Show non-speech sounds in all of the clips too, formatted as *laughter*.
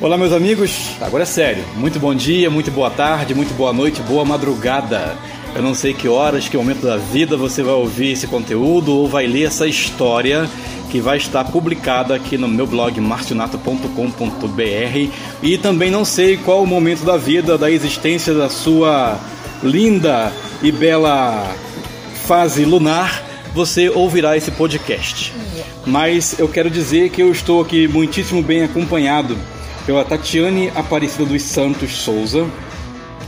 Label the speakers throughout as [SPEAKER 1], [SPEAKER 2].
[SPEAKER 1] Olá, meus amigos. Agora é sério. Muito bom dia, muito boa tarde, muito boa noite, boa madrugada. Eu não sei que horas, que momento da vida você vai ouvir esse conteúdo ou vai ler essa história que vai estar publicada aqui no meu blog marcionato.com.br e também não sei qual o momento da vida, da existência da sua linda e bela fase lunar, você ouvirá esse podcast. Mas eu quero dizer que eu estou aqui muitíssimo bem acompanhado pela Tatiane Aparecida dos Santos Souza.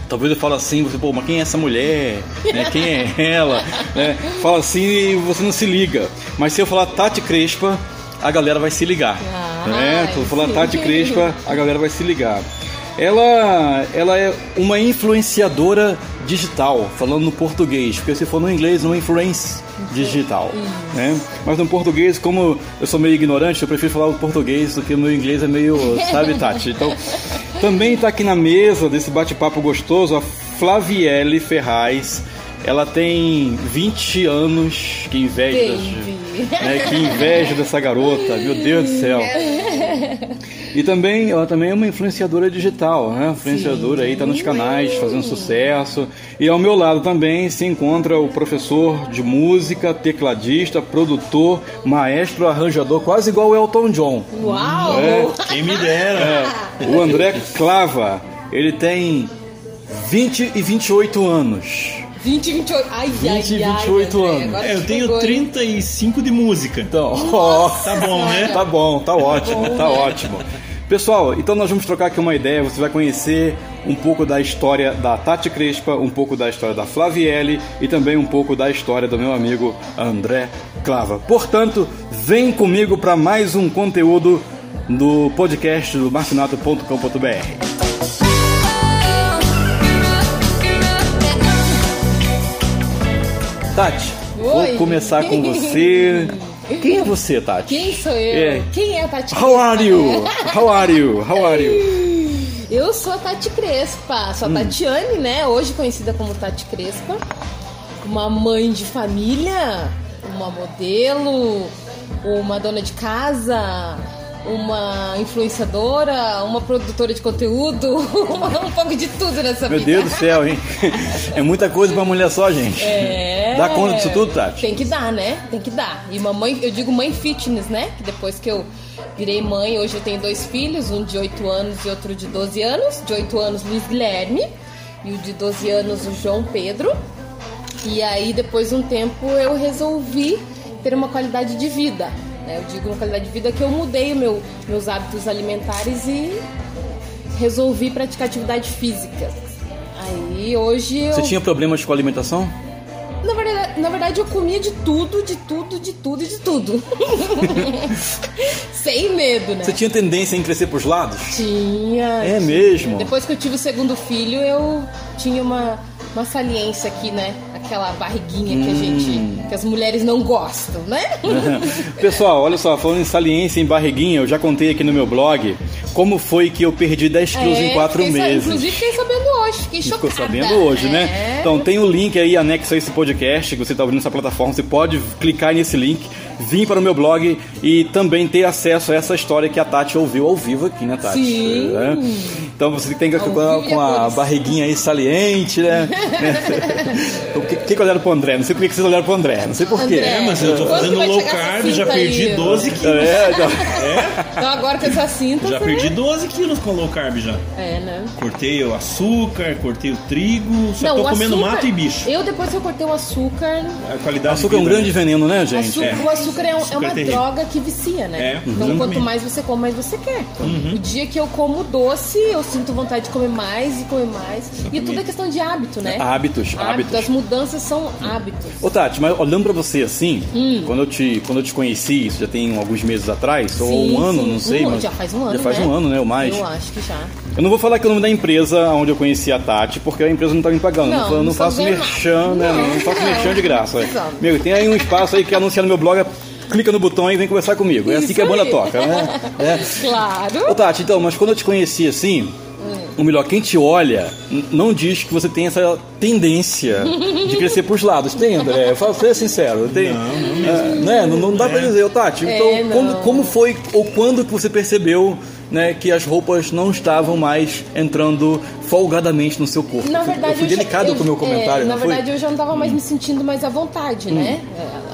[SPEAKER 1] Talvez eu fale assim, você, pô, mas quem é essa mulher? Né? Quem é ela? Né? Fala assim e você não se liga. Mas se eu falar Tati Crespa, a galera vai se ligar.
[SPEAKER 2] Ah,
[SPEAKER 1] né? Se eu falar
[SPEAKER 2] sim.
[SPEAKER 1] Tati Crespa, a galera vai se ligar. Ela, ela é uma influenciadora digital, falando no português, porque se for no inglês, uma influence digital. Né? Mas no português, como eu sou meio ignorante, eu prefiro falar o português do que o meu inglês é meio, sabe, Tati? Então, também está aqui na mesa desse bate-papo gostoso a Flaviele Ferraz. Ela tem 20 anos, que inveja.
[SPEAKER 2] Baby.
[SPEAKER 1] Né? Que inveja dessa garota, meu Deus do céu. E também, ela também é uma influenciadora digital, né? Influenciadora aí, tá nos canais, fazendo sucesso. E ao meu lado também se encontra o professor de música, tecladista, produtor, maestro, arranjador, quase igual o Elton John.
[SPEAKER 2] Uau!
[SPEAKER 1] É.
[SPEAKER 3] Quem me dera.
[SPEAKER 1] É, o André Clava, ele tem 20 e 28 anos.
[SPEAKER 2] 20, 28. Ai,
[SPEAKER 1] 20,
[SPEAKER 2] ai, ai.
[SPEAKER 1] 28
[SPEAKER 2] André,
[SPEAKER 1] anos.
[SPEAKER 2] agora
[SPEAKER 3] É, eu
[SPEAKER 2] te
[SPEAKER 3] tenho
[SPEAKER 2] pegou, hein?
[SPEAKER 3] 35 de música.
[SPEAKER 1] Então,
[SPEAKER 3] Tá bom, né?
[SPEAKER 1] Tá bom, tá ótimo, tá ótimo. Pessoal, então nós vamos trocar aqui uma ideia. Você vai conhecer um pouco da história da Tati Crespa, um pouco da história da Flaviele e também um pouco da história do meu amigo André Clava. Portanto, vem comigo para mais um conteúdo do podcast do marcinato.com.br. Tati,
[SPEAKER 2] Oi.
[SPEAKER 1] vou começar com você.
[SPEAKER 2] *laughs*
[SPEAKER 1] Quem é você, Tati?
[SPEAKER 2] Quem sou eu?
[SPEAKER 1] É.
[SPEAKER 2] Quem é a Tati
[SPEAKER 1] How are
[SPEAKER 2] *laughs*
[SPEAKER 1] you?
[SPEAKER 2] Crespa? É,
[SPEAKER 1] How are you? How are you?
[SPEAKER 2] Eu sou a Tati Crespa,
[SPEAKER 1] Hum.
[SPEAKER 2] sou a Tatiane, né? Hoje conhecida como Tati Crespa. Uma mãe de família, uma modelo, uma dona de casa, uma influenciadora, uma produtora de conteúdo, *laughs* uma- um pouco de tudo nessa
[SPEAKER 1] Meu
[SPEAKER 2] vida.
[SPEAKER 1] Deus do céu, hein? É muita coisa pra mulher só, gente.
[SPEAKER 2] É.
[SPEAKER 1] Dá conta disso tudo, Tati?
[SPEAKER 2] Tem que dar, né? Tem que dar. E mamãe, eu digo mãe fitness, né? Que depois que eu virei mãe, hoje eu tenho dois filhos, um de 8 anos e outro de 12 anos. De 8 anos, Luiz Guilherme, e o de 12 anos, o João Pedro. E aí, depois de um tempo, eu resolvi ter uma qualidade de vida. né? Eu digo uma qualidade de vida que eu mudei o meu, meus hábitos alimentares e resolvi praticar atividade física. Aí hoje eu.
[SPEAKER 1] Você tinha problemas com alimentação?
[SPEAKER 2] Na verdade, na verdade, eu comia de tudo, de tudo, de tudo,
[SPEAKER 1] *laughs*
[SPEAKER 2] de tudo. Sem medo, né?
[SPEAKER 1] Você tinha tendência em crescer pros lados?
[SPEAKER 2] Tinha.
[SPEAKER 1] É mesmo? *laughs*
[SPEAKER 2] Depois que eu tive o segundo filho, eu tinha uma, uma saliência aqui, né? Aquela barriguinha
[SPEAKER 1] Hum.
[SPEAKER 2] que a gente. que as mulheres não gostam, né?
[SPEAKER 1] Pessoal, olha só, falando em saliência e em barriguinha, eu já contei aqui no meu blog como foi que eu perdi 10
[SPEAKER 2] *laughs*
[SPEAKER 1] quilos em 4
[SPEAKER 2] É, fiquei sa-
[SPEAKER 1] meses.
[SPEAKER 2] Inclusive, fiquei sabendo hoje, fiquei
[SPEAKER 1] Ficou
[SPEAKER 2] chocada.
[SPEAKER 1] sabendo hoje, né?
[SPEAKER 2] É.
[SPEAKER 1] Então tem o link aí anexo a esse podcast que você está ouvindo nessa plataforma. Você pode clicar nesse link, vir para o meu blog e também ter acesso a essa história que a Tati ouviu ao vivo aqui, né, Tati?
[SPEAKER 2] Sim.
[SPEAKER 1] É. Então você tem que
[SPEAKER 2] Ao
[SPEAKER 1] acompanhar
[SPEAKER 2] vivo e
[SPEAKER 1] com
[SPEAKER 2] a
[SPEAKER 1] a
[SPEAKER 2] cores.
[SPEAKER 1] barriguinha aí saliente, né?
[SPEAKER 2] *laughs*
[SPEAKER 1] o que, que que olharam pro André? Não sei por que que vocês olharam pro André, não sei por quê.
[SPEAKER 2] André.
[SPEAKER 3] É, mas eu tô
[SPEAKER 2] Quando que
[SPEAKER 3] fazendo
[SPEAKER 2] vai
[SPEAKER 3] low
[SPEAKER 2] chegar essa
[SPEAKER 3] carb, já
[SPEAKER 2] cinta
[SPEAKER 3] perdi
[SPEAKER 2] aí?
[SPEAKER 3] 12 quilos.
[SPEAKER 1] É, então,
[SPEAKER 2] Então agora com essa cinta.
[SPEAKER 3] Já
[SPEAKER 2] você-
[SPEAKER 3] perdi 12 quilos com low carb já.
[SPEAKER 2] É, né?
[SPEAKER 3] Cortei o açúcar, cortei o trigo, só
[SPEAKER 2] o
[SPEAKER 3] tô comendo
[SPEAKER 2] açúcar-
[SPEAKER 3] mato e bicho.
[SPEAKER 2] Eu, depois que eu cortei o açúcar,
[SPEAKER 3] A qualidade
[SPEAKER 1] açúcar é um
[SPEAKER 3] de
[SPEAKER 1] grande veneno, né, gente?
[SPEAKER 2] Açúcar-
[SPEAKER 3] é.
[SPEAKER 2] O açúcar é, um- é
[SPEAKER 3] Açúcar
[SPEAKER 2] uma
[SPEAKER 3] é terrível.
[SPEAKER 2] droga que vicia, né?
[SPEAKER 3] É, Uhum.
[SPEAKER 2] então,
[SPEAKER 3] exatamente.
[SPEAKER 2] quanto mais você come, mais você quer. O dia que eu como doce, eu sinto vontade de comer mais e comer mais. E tudo é questão de hábito, né?
[SPEAKER 1] Hábitos, hábitos.
[SPEAKER 2] As mudanças são hábitos.
[SPEAKER 1] Ô Tati, mas olhando pra você assim,
[SPEAKER 2] Hum.
[SPEAKER 1] quando, eu te, quando eu te conheci, isso já tem alguns meses atrás, ou
[SPEAKER 2] Sim,
[SPEAKER 1] um ano,
[SPEAKER 2] sim.
[SPEAKER 1] não sei.
[SPEAKER 2] Um-
[SPEAKER 1] mas
[SPEAKER 2] já faz um ano,
[SPEAKER 1] Já faz
[SPEAKER 2] né?
[SPEAKER 1] um ano, né? Ou mais.
[SPEAKER 2] Eu acho que já.
[SPEAKER 1] Eu não vou falar que é o nome da empresa onde eu conheci a Tati, porque a empresa não tá me pagando.
[SPEAKER 2] Não,
[SPEAKER 1] eu eu
[SPEAKER 2] não
[SPEAKER 1] faço
[SPEAKER 2] estamos
[SPEAKER 1] merchan, né?
[SPEAKER 2] ganhando
[SPEAKER 1] Não,
[SPEAKER 2] nada.
[SPEAKER 1] não faço
[SPEAKER 2] Não.
[SPEAKER 1] merchan de graça.
[SPEAKER 2] Exato.
[SPEAKER 1] Meu, tem aí um espaço aí que anuncia no meu blog, clica no botão e vem conversar comigo. É assim
[SPEAKER 2] Isso
[SPEAKER 1] que a banda
[SPEAKER 2] aí.
[SPEAKER 1] toca,
[SPEAKER 2] *laughs*
[SPEAKER 1] né? É. Ô
[SPEAKER 2] Claro.
[SPEAKER 1] Tati, então, mas quando eu te conheci assim, o melhor, quem te olha n- não diz que você tem essa tendência de crescer pros lados. Tem, André? Eu falo, ser sincero. Tem, É, não, não, né? não, não dá pra dizer, ô Tati.
[SPEAKER 2] É,
[SPEAKER 1] então,
[SPEAKER 2] não.
[SPEAKER 1] como, como foi ou quando que você percebeu né, que as roupas não estavam mais entrando folgadamente no seu corpo.
[SPEAKER 2] Na
[SPEAKER 1] Eu fui-
[SPEAKER 2] verdade,
[SPEAKER 1] eu fui
[SPEAKER 2] já-
[SPEAKER 1] delicado
[SPEAKER 2] eu-
[SPEAKER 1] com o meu
[SPEAKER 2] é,
[SPEAKER 1] comentário.
[SPEAKER 2] na
[SPEAKER 1] não fui?
[SPEAKER 2] verdade, eu já não tava mais me sentindo mais à vontade, né?
[SPEAKER 1] Hum.
[SPEAKER 2] É,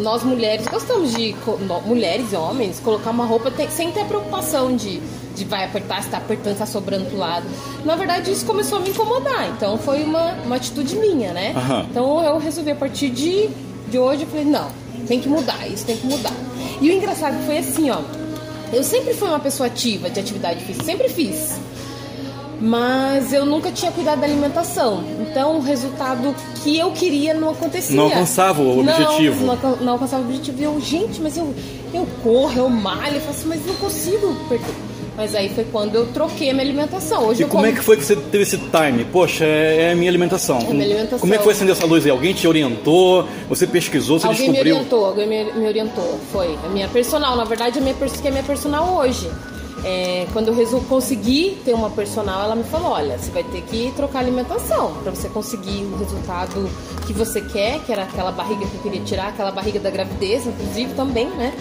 [SPEAKER 2] Nós mulheres gostamos de, co- no- mulheres e homens, colocar uma roupa te- sem ter a preocupação de, de vai apertar, se tá apertando, se tá sobrando pro lado. Na verdade, isso começou a me incomodar. Então, foi uma, uma atitude minha, né?
[SPEAKER 1] Aham.
[SPEAKER 2] Então, eu resolvi a partir de, de hoje, eu falei, não, tem que mudar, isso tem que mudar. E o engraçado foi assim, ó. Eu sempre fui uma pessoa ativa de atividade física, sempre fiz mas eu nunca tinha cuidado da alimentação. Então o resultado que eu queria não acontecia.
[SPEAKER 1] Não alcançava o
[SPEAKER 2] Não,
[SPEAKER 1] objetivo.
[SPEAKER 2] Não, alcan- não alcançava o objetivo. E eu, gente, mas eu, eu corro, eu malho, eu faço, mas não consigo perder. Mas aí foi quando eu troquei a minha alimentação. Hoje
[SPEAKER 1] E
[SPEAKER 2] eu
[SPEAKER 1] como
[SPEAKER 2] como...
[SPEAKER 1] é que foi que você teve esse time? Poxa, é é a minha alimentação.
[SPEAKER 2] É a minha alimentação.
[SPEAKER 1] Como é que foi acender essa luz aí? Alguém te orientou? Você pesquisou? Você
[SPEAKER 2] alguém me
[SPEAKER 1] descobriu?
[SPEAKER 2] orientou, alguém me, me orientou. Foi a minha personal, na verdade, a minha pers- que é a minha personal hoje. É, quando eu resol- consegui ter uma personal, ela me falou: olha, você vai ter que trocar a alimentação para você conseguir o resultado que você quer, que era aquela barriga que eu queria tirar, aquela barriga da gravidez, inclusive também, né?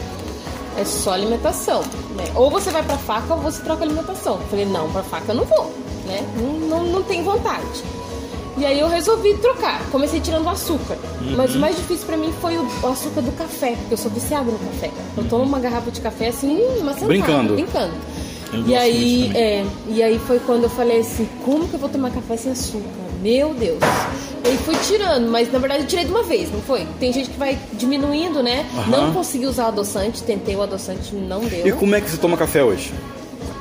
[SPEAKER 2] É só alimentação. Né? Ou você vai pra faca ou você troca a alimentação. Eu falei: não, pra faca eu não vou, né? Não, não, não tenho vontade. E aí eu resolvi trocar. Comecei tirando o açúcar.
[SPEAKER 3] Uhum.
[SPEAKER 2] Mas o mais difícil pra mim foi o o açúcar do café, porque eu sou viciada no café. Eu tomo uma garrafa de café assim, uma sentada,
[SPEAKER 1] Brincando.
[SPEAKER 2] brincando.
[SPEAKER 3] Eu
[SPEAKER 2] E
[SPEAKER 3] gosto muito
[SPEAKER 2] aí,
[SPEAKER 3] também.
[SPEAKER 2] é, e aí foi quando eu falei assim, como que eu vou tomar café sem açúcar? Meu Deus. E aí fui tirando, mas na verdade eu tirei de uma vez, não foi? Tem gente que vai diminuindo, né?
[SPEAKER 1] Aham.
[SPEAKER 2] Não consegui usar o adoçante, tentei o adoçante, não deu.
[SPEAKER 1] E como é que você toma café hoje?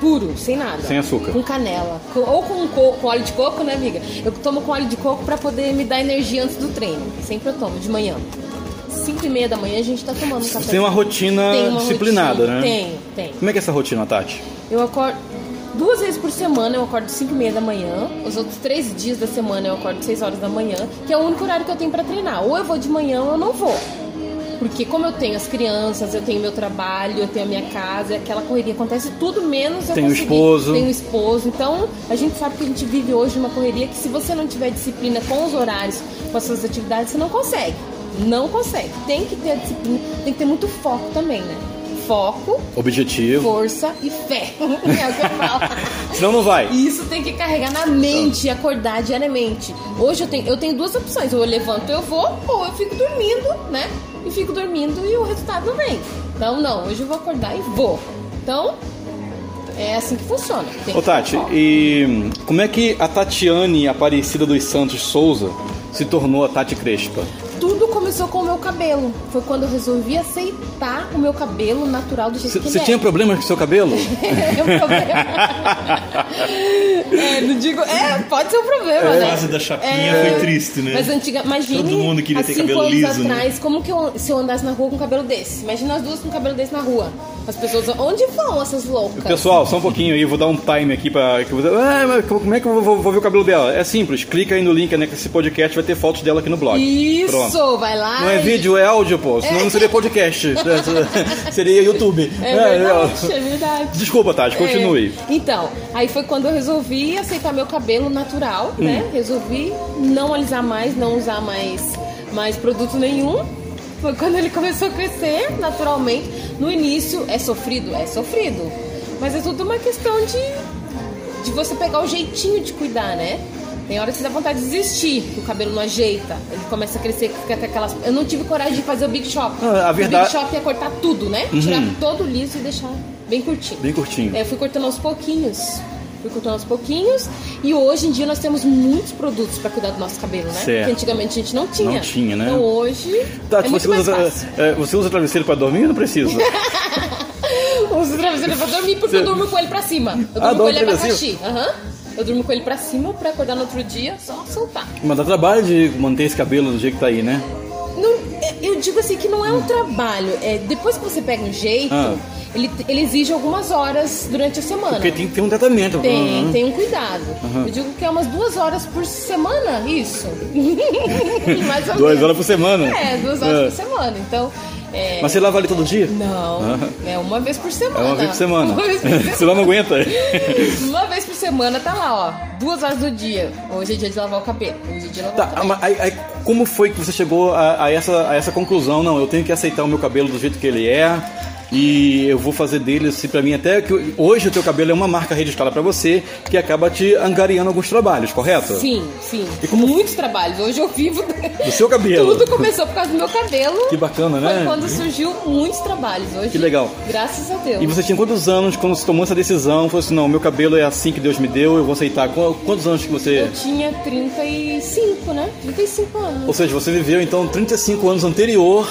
[SPEAKER 2] Puro, sem nada.
[SPEAKER 1] Sem açúcar.
[SPEAKER 2] Com canela. Com- ou com, co- com óleo de coco, né, amiga? Eu tomo com óleo de coco pra poder me dar energia antes do treino. Sempre eu tomo, de manhã. 5 e meia da manhã a gente tá tomando café.
[SPEAKER 1] Tem uma rotina
[SPEAKER 2] Tem uma
[SPEAKER 1] disciplinada,
[SPEAKER 2] rotina.
[SPEAKER 1] né?
[SPEAKER 2] Tem, tem.
[SPEAKER 1] Como é que é essa rotina, Tati?
[SPEAKER 2] Eu acordo duas vezes por semana, eu acordo 5 e meia da manhã. Os outros três dias da semana eu acordo 6 horas da manhã, que é o único horário que eu tenho pra treinar. Ou eu vou de manhã ou eu não vou. Porque como eu tenho as crianças, eu tenho meu trabalho, eu tenho a minha casa, aquela correria acontece tudo menos eu
[SPEAKER 1] Tem o
[SPEAKER 2] conseguir.
[SPEAKER 1] esposo.
[SPEAKER 2] Tem o esposo. Então, a gente sabe que a gente vive hoje uma correria que se você não tiver disciplina com os horários, com as suas atividades, você não consegue. Não consegue. Tem que ter a disciplina, tem que ter muito foco também, né? Foco,
[SPEAKER 1] Objetivo.
[SPEAKER 2] força e fé. *laughs* É o que eu falo.
[SPEAKER 1] Senão não vai.
[SPEAKER 2] E Isso tem que carregar na mente e acordar diariamente. Hoje eu tenho, eu tenho duas opções: ou eu levanto, eu vou, ou eu fico dormindo, né? E fico dormindo e o resultado não vem. Então, não, hoje eu vou acordar e vou. Então, é assim que funciona. Tem
[SPEAKER 1] Ô
[SPEAKER 2] que
[SPEAKER 1] Tati,
[SPEAKER 2] ter foco.
[SPEAKER 1] e como é que a Tatiane Aparecida dos Santos Souza se tornou a Tati Crespa?
[SPEAKER 2] Tudo começou com o meu cabelo. Foi quando eu resolvi aceitar o meu cabelo natural do jeito
[SPEAKER 1] Você
[SPEAKER 2] que
[SPEAKER 1] você
[SPEAKER 2] ele é.
[SPEAKER 1] tinha problemas com seu
[SPEAKER 2] *laughs*
[SPEAKER 1] cabelo?
[SPEAKER 2] É
[SPEAKER 1] *laughs*
[SPEAKER 2] um problema. É, não digo. É, pode ser um problema, né? É,
[SPEAKER 3] A fase da chapinha foi triste, né?
[SPEAKER 2] Mas antiga, imagine,
[SPEAKER 3] Todo mundo queria
[SPEAKER 2] há
[SPEAKER 3] ter
[SPEAKER 2] cinco
[SPEAKER 3] cabelo
[SPEAKER 2] anos
[SPEAKER 3] liso, né?
[SPEAKER 2] atrás, como que eu, se eu andasse na rua com um cabelo desse? Imagina as duas com um cabelo desse na rua. As pessoas, onde vão essas loucas?
[SPEAKER 1] Pessoal, só um pouquinho aí, vou dar um time aqui pra. que você- Ah, mas como é que eu vou, vou- vou ver o cabelo dela? É simples, clica aí no link né, que esse podcast, vai ter fotos dela aqui no blog.
[SPEAKER 2] Isso,
[SPEAKER 1] Pronto.
[SPEAKER 2] vai lá.
[SPEAKER 1] Não é
[SPEAKER 2] e-
[SPEAKER 1] vídeo, é áudio, pô. Senão não seria
[SPEAKER 2] *laughs*
[SPEAKER 1] podcast. *laughs* seria YouTube.
[SPEAKER 2] É
[SPEAKER 1] É,
[SPEAKER 2] verdade,
[SPEAKER 1] é.
[SPEAKER 2] é verdade.
[SPEAKER 1] Desculpa, Tati, continue.
[SPEAKER 2] É. Então, aí foi quando eu resolvi aceitar meu cabelo natural,
[SPEAKER 1] Hum.
[SPEAKER 2] né? Resolvi não alisar mais, não usar mais, mais produto nenhum. Foi quando ele *laughs* começou a crescer naturalmente. No início é sofrido, é sofrido. Mas é tudo uma questão de, de você pegar o jeitinho de cuidar, né? Tem hora que dá vontade de desistir, que o cabelo não ajeita. Ele começa a crescer, fica até aquelas. Eu não tive coragem de fazer o Big Shop.
[SPEAKER 1] Ah, a
[SPEAKER 2] O
[SPEAKER 1] verdade- Uhum.
[SPEAKER 2] Big Shop ia cortar tudo, né? Tirar todo liso e deixar bem curtinho.
[SPEAKER 1] Bem curtinho.
[SPEAKER 2] É, eu fui cortando aos pouquinhos. Fui cortando aos pouquinhos. E hoje em dia nós temos muitos produtos para cuidar do nosso cabelo, né?
[SPEAKER 1] Certo.
[SPEAKER 2] Que antigamente a gente não tinha.
[SPEAKER 1] Não tinha, né?
[SPEAKER 2] Então hoje.
[SPEAKER 1] Tati,
[SPEAKER 2] é muito
[SPEAKER 1] você,
[SPEAKER 2] mais
[SPEAKER 1] usa,
[SPEAKER 2] fácil. *laughs*
[SPEAKER 1] é, você usa travesseiro pra dormir ou não precisa?
[SPEAKER 2] Uso o travesseiro pra dormir porque eu durmo com ele pra cima. Eu durmo
[SPEAKER 1] Ah,
[SPEAKER 2] com
[SPEAKER 1] dorme
[SPEAKER 2] ele
[SPEAKER 1] pra
[SPEAKER 2] abacaxi. Aham. Eu durmo com ele pra cima pra acordar no outro dia, só soltar.
[SPEAKER 1] Mas dá trabalho de manter esse cabelo do jeito que tá aí, né?
[SPEAKER 2] Não, é, eu digo assim que não é um trabalho. É, depois que você pega um jeito,
[SPEAKER 1] Ah.
[SPEAKER 2] ele, ele exige algumas horas durante a semana.
[SPEAKER 1] Porque tem que ter um tratamento.
[SPEAKER 2] Tem,
[SPEAKER 1] Uhum.
[SPEAKER 2] tem um cuidado. Eu digo que é umas duas horas por semana,
[SPEAKER 1] *laughs*
[SPEAKER 2] isso. Mais ou
[SPEAKER 1] Duas
[SPEAKER 2] menos.
[SPEAKER 1] horas por semana?
[SPEAKER 2] É, duas horas
[SPEAKER 1] É.
[SPEAKER 2] por semana. Então, é,
[SPEAKER 1] Mas você lava ele todo dia?
[SPEAKER 2] não, é uma vez por
[SPEAKER 1] É
[SPEAKER 2] semana.
[SPEAKER 1] uma vez por semana.
[SPEAKER 2] *laughs* Uma
[SPEAKER 1] *laughs*
[SPEAKER 2] vez por semana.
[SPEAKER 1] Senão não
[SPEAKER 2] *laughs*
[SPEAKER 1] aguenta.
[SPEAKER 2] Uma vez por semana tá lá, ó. Duas horas do dia. Hoje é dia de lavar o cabelo. Hoje é dia de lavar o
[SPEAKER 1] Tá,
[SPEAKER 2] cabelo.
[SPEAKER 1] mas aí, aí como foi que você chegou a, a essa, a essa conclusão? Não, eu tenho que aceitar o meu cabelo do jeito que ele é. E eu vou fazer dele, assim, pra mim, até que hoje o teu cabelo é uma marca registrada pra você que acaba te angariando alguns trabalhos, correto?
[SPEAKER 2] Sim, sim. E como... Muitos trabalhos. Hoje eu vivo. *laughs*
[SPEAKER 1] Do seu cabelo.
[SPEAKER 2] Tudo começou por causa do meu cabelo.
[SPEAKER 1] Que bacana, né?
[SPEAKER 2] Foi quando surgiu muitos trabalhos hoje.
[SPEAKER 1] Que legal.
[SPEAKER 2] Graças a Deus.
[SPEAKER 1] E você tinha quantos anos quando você tomou essa decisão? Falou assim: não, meu cabelo é assim que Deus me deu, eu vou aceitar. Qu- Quantos anos que você.
[SPEAKER 2] Eu tinha 35, né? 35
[SPEAKER 1] Ou
[SPEAKER 2] anos.
[SPEAKER 1] seja, você viveu então 35 anos anterior,